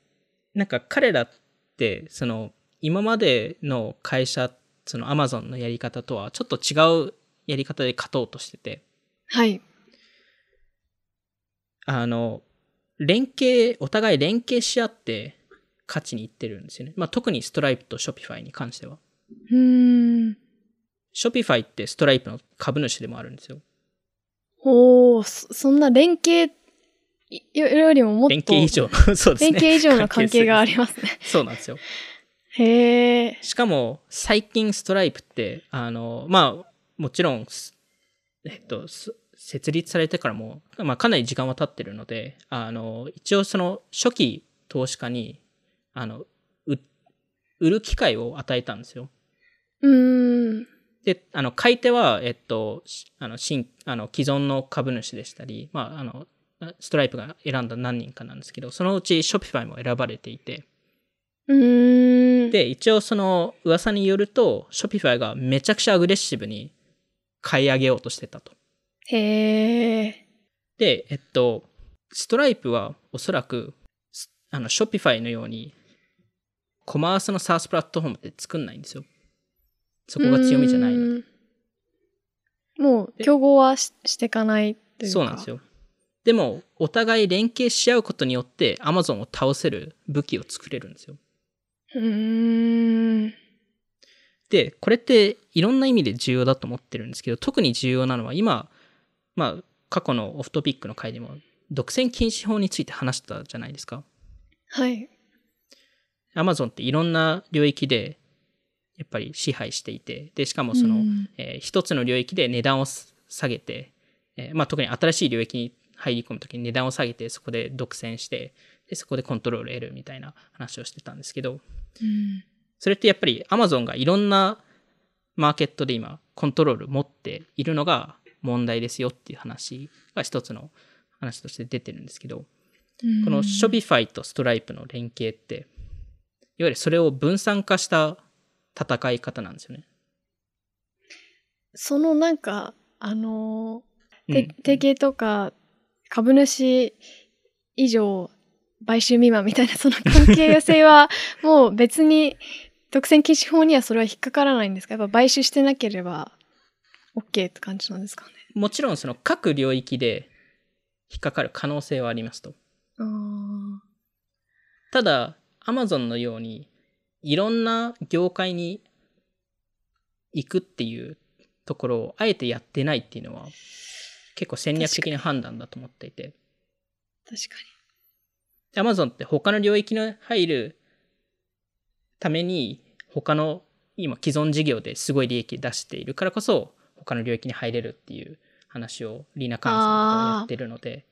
なんか彼らって、その、今までの会社、その Amazon のやり方とはちょっと違うやり方で勝とうとしてて、はい。あの、連携、お互い連携し合って勝ちにいってるんですよね。まあ、特にストライプと Shopify に関しては。うーん。 Shopify ってストライプの株主でもあるんですよ。おー、そそんな連携いよよりももっと連携以上 の、そうですね。連携以上の関係がありますね。そうなんですよ。へえ。しかも、最近ストライプって、あの、まあ、もちろん、すえっと、す設立されてからも、まあ、かなり時間は経ってるので、あの、一応その初期投資家に、あの、う売る機会を与えたんですよ。うーん。で、あの、買い手は、えっと、しあの、新、あの、既存の株主でしたり、まあ、あの、ストライプが選んだ何人かなんですけど、そのうち Shopify も選ばれていて、うーん。で、一応その噂によると、Shopify がめちゃくちゃアグレッシブに買い上げようとしてたと。へえ。で、えっと、ストライプはおそらく、すあの、Shopify のように、コマースのサースプラットフォームで作んないんですよ。そこが強みじゃないので。うーんもう、競合はししていかないというか。そうなんですよ。でも、お互い連携し合うことによって、アマゾンを倒せる武器を作れるんですよ。うーん。で、これっていろんな意味で重要だと思ってるんですけど、特に重要なのは今、まあ、過去のオフトピックの回でも、独占禁止法について話したじゃないですか。はい。アマゾンっていろんな領域で、やっぱり支配していて、で、しかもその、うんえー一つの領域で値段をす下げて、えーまあ、特に新しい領域に入り込むときに値段を下げて、そこで独占して、で、そこでコントロール得るみたいな話をしてたんですけど、うんそれってやっぱり Amazon がいろんなマーケットで今コントロール持っているのが問題ですよっていう話が一つの話として出てるんですけど、この Shopify と Stripe の連携って、いわゆるそれを分散化した戦い方なんですよね。そのなんか、あのーうんて提携とか、株主以上、買収未満みたいな、その関係性は、もう別に、独占禁止法にはそれは引っかからないんですかやっぱ買収してなければ、OK って感じなんですかね。もちろんその各領域で引っかかる可能性はありますと。あーただ、Amazon のように、いろんな業界に行くっていうところを、あえてやってないっていうのは、結構戦略的な判断だと思っていて、確か Amazon って他の領域に入るために、他の今既存事業ですごい利益出しているからこそ、他の領域に入れるっていう話をリーナ・カーンさんとかはやってるので、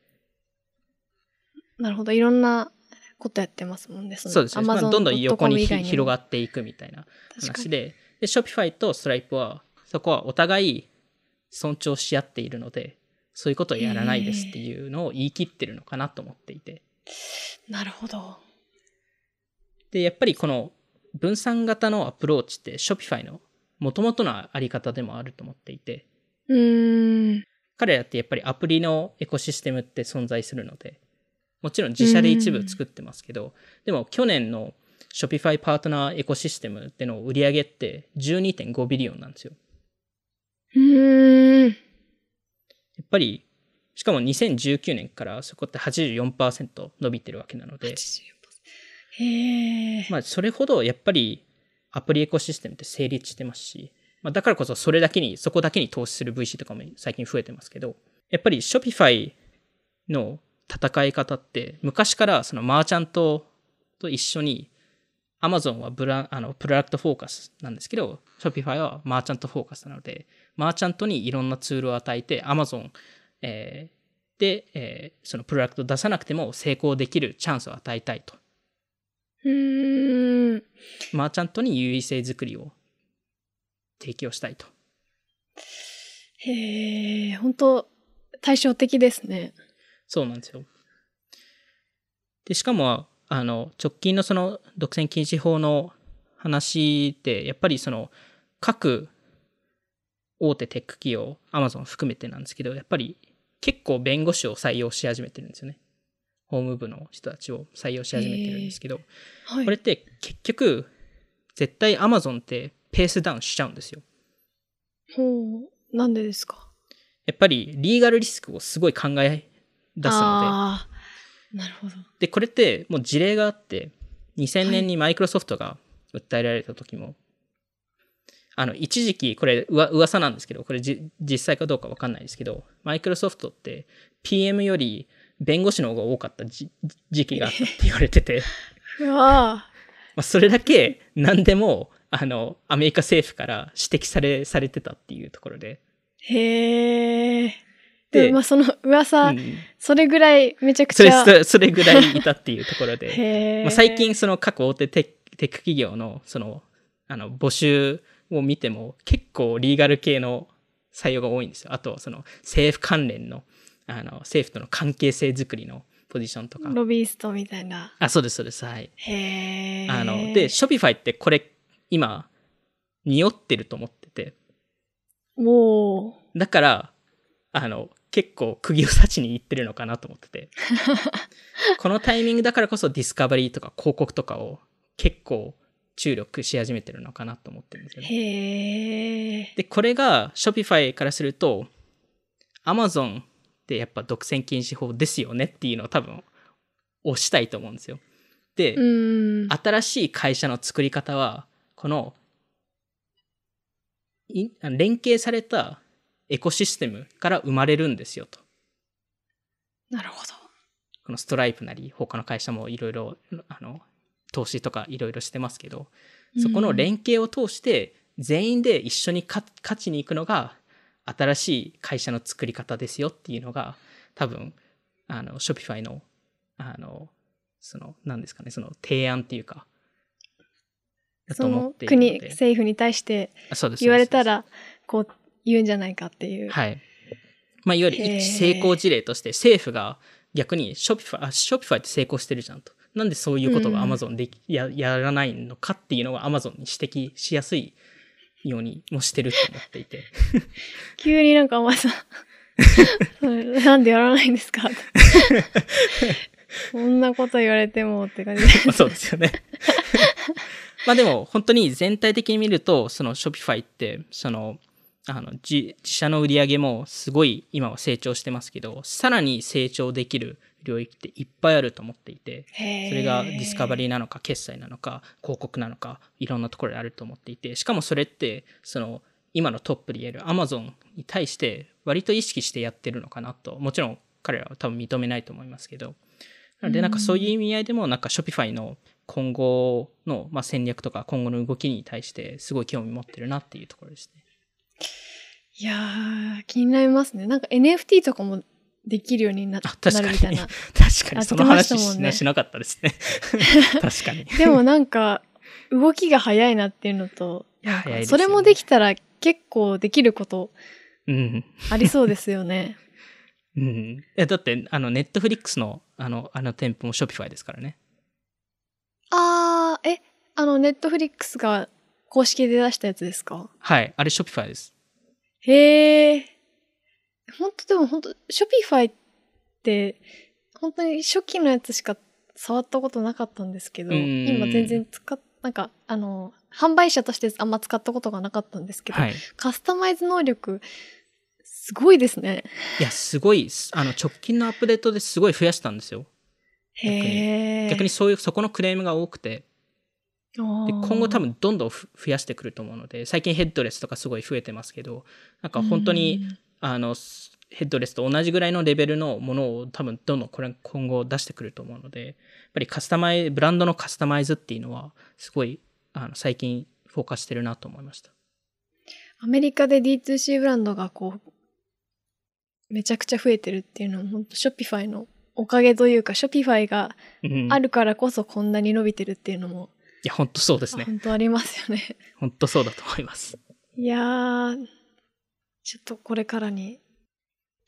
に。なるほど。いろんなことやってますもんね。そのそうですね。まあ Amazon どんどん横に .com 以ひ外も広がっていくみたいな確か話に。で、で、Shopify と Stripe は、そこはお互い尊重し合っているので、そういうことをやらないですっていうのを言い切ってるのかなと思っていて。なるほど。で、やっぱりこの分散型のアプローチって Shopify の元々のあり方でもあると思っていて、うーん。彼らってやっぱりアプリのエコシステムって存在するので、もちろん自社で一部作ってますけど、でも去年の Shopify パートナーエコシステムでの売り上げって12.5ビリオンなんですよ。うーん。やっぱり、しかも2019年からそこって84%伸びてるわけなので、 84%へえ。まあそれほどやっぱりアプリエコシステムって成立してますし、まあだからこそそれだけに、そこだけに投資する VC とかも最近増えてますけど、やっぱり Shopify の戦い方って昔からそのマーチャントと一緒に Amazon はブラあのプロダクトフォーカスなんですけど、Shopify はマーチャントフォーカスなので、マーチャントにいろんなツールを与えて Amazon、えーで、えーそのプロダクトを出さなくても成功できるチャンスを与えたいと。うーん。マーチャントに優位性作りを提供したいと。へえ、本当対照的ですね。そうなんですよ。で、しかも、あの、直近のその独占禁止法の話で、やっぱりその、各大手テック企業、アマゾン含めてなんですけど、やっぱり結構弁護士を採用し始めてるんですよね。法務部の人たちを採用し始めてるんですけど、はい。これって結局、絶対アマゾンってペースダウンしちゃうんですよ。ほう、なんでですかやっぱりリーガルリスクをすごい考え出すので、あーなるほど。で、これってもう事例があって、2000はい年にマイクロソフトが訴えられた時も、あの、一時期、これ、うわ噂なんですけど、これじ、実際かどうかわかんないですけど、マイクロソフトって、PM より弁護士の方が多かったじ時期があったって言われ てて、うわまあそれだけ何でも、あの、アメリカ政府から指摘され、されてたっていうところで。ーへえ。でで、まあその噂、うんそれぐらいめちゃくそちれ、ゃ。それそれぐらいいたっていうとこ ろで。へえ。まあ、最近その各大手テックテック企業のそのあの募集を見ても結構リーガル系の採用が多いんですよ。あとはその政府関連のあの政府との関係性づくりのポジションとか。ロビーストみたいな。あ、そうです、そうです。はい。へえ。あの、で、Shopify ってこれ今、匂ってると思ってて。おーだから、あの、結構釘を刺しに行ってるのかなと思ってて。このタイミングだからこそディスカバリーとか広告とかを結構注力し始めてるのかなと思ってるんですよね。へえ。で、これが Shopify からすると、Amazon ってやっぱ独占禁止法ですよねっていうのを多分押したいと思うんですよ。で、うん。新しい会社の作り方は、この、いあの連携されたエコシステムから生まれるんですよと。なるほど。このストライプなり、他の会社もいろいろ、あの、投資とかいろいろしてますけど、そこの連携を通して、全員で一緒に勝勝ちに行くのが、新しい会社の作り方ですよっていうのが、多分、あの、Shopify の、あの、その、何ですかね、その提案っていうか、だとそ思のっているの国、で政府に対してあそうです言われた、そうら、こう言うんじゃないかっていう。ですはい。まあ、いわゆるへー一成功事例として、政府が逆に Shopify、あ Shopify って成功してるじゃんと。なんでそういうことがうん Amazon でき、ややらないのかっていうのが Amazon に指摘しやすいようにもしてると思ってい て。急になんか、あん まさんそれなんでやらないんですかこんなこと言われてもって感じ。まあそうですよね。 まあでも本当に全体的に見ると、その Shopify って、その、あの自自社の売り上げもすごい今は成長してますけど、さらに成長できる領域っていっぱいあると思っていて、そそれがディスカバリーなのか、決済なのか、広告なのか、いろんなところであると思っていて、しかもそれって、その、今のトップで言える Amazon に対して、割と意識してやってるのかなと、もちろん彼らは多分認めないと思いますけど、なので、なんかそういう意味合いでも、なんか Shopify の今後の、まあ、戦略とか、今後の動きに対して、すごい興味持ってるなっていうところですね。いやー、気になりますね。なんか NFT とかもできるようになあ、確なかるに。。みたいな 確かあに、その言って話ましたもし,、んねしなかったです ね。確かに。でもなんか、動きが早いなっていうのと、いや、早いですそよねれもできたら結構できることうん。ありそうですよ ね。うん、えだってあのネットフリックスのあのあの店舗もショピファイですからねあー、え、あの、ネットフリックスが公式で出したやつですかはいあれショピファイですへえ。本当でも本当ショピファイって、本当に初期のやつしか触ったことなかったんですけど、うんうん今全然使っ、なんか、あの、販売者としてあんま使ったことがなかったんですけど、はいカスタマイズ能力、すごいですね。いやすごいすあの直近のアップデートですごい増やしたんですよにへえ。逆にそういうそこのクレームが多くてであー、今後多分どんどんふ増やしてくると思うので最近ヘッドレスとかすごい増えてますけどなんか本当にうんあのすヘッドレスと同じぐらいのレベルのものを多分どんどんこれ今後出してくると思うのでやっぱりカスタマイブランドのカスタマイズっていうのはすごいあの最近フォーカスしてるなと思いましたアメリカで D2C ブランドがこう、めちゃくちゃ増えてるっていうのは、本当ショピファイのおかげというか、ショピファイがうんあるからこそこんなに伸びてるっていうのも、いや、本当そうですね。本当ありますよね。 本当そうだと思います。いやー、ちょっとこれからに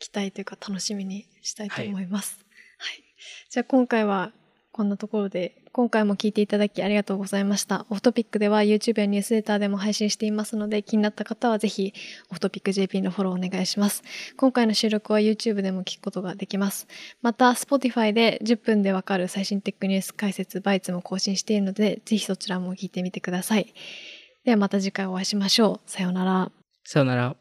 期待というか楽しみにしたいと思います。はい。じゃあ今回はこんなところで、今回も聞いていただきありがとうございました。オフトピックでは YouTube やニュースレターでも配信していますので、気になった方はぜひオフトピック JP のフォローお願いします。今回の収録は YouTube でも聞くことができます。また、Spotify で10分でわかる最新テックニュース解説、バイツも更新しているので、ぜひそちらも聞いてみてください。ではまた次回お会いしましょう。さようなら。さよなら。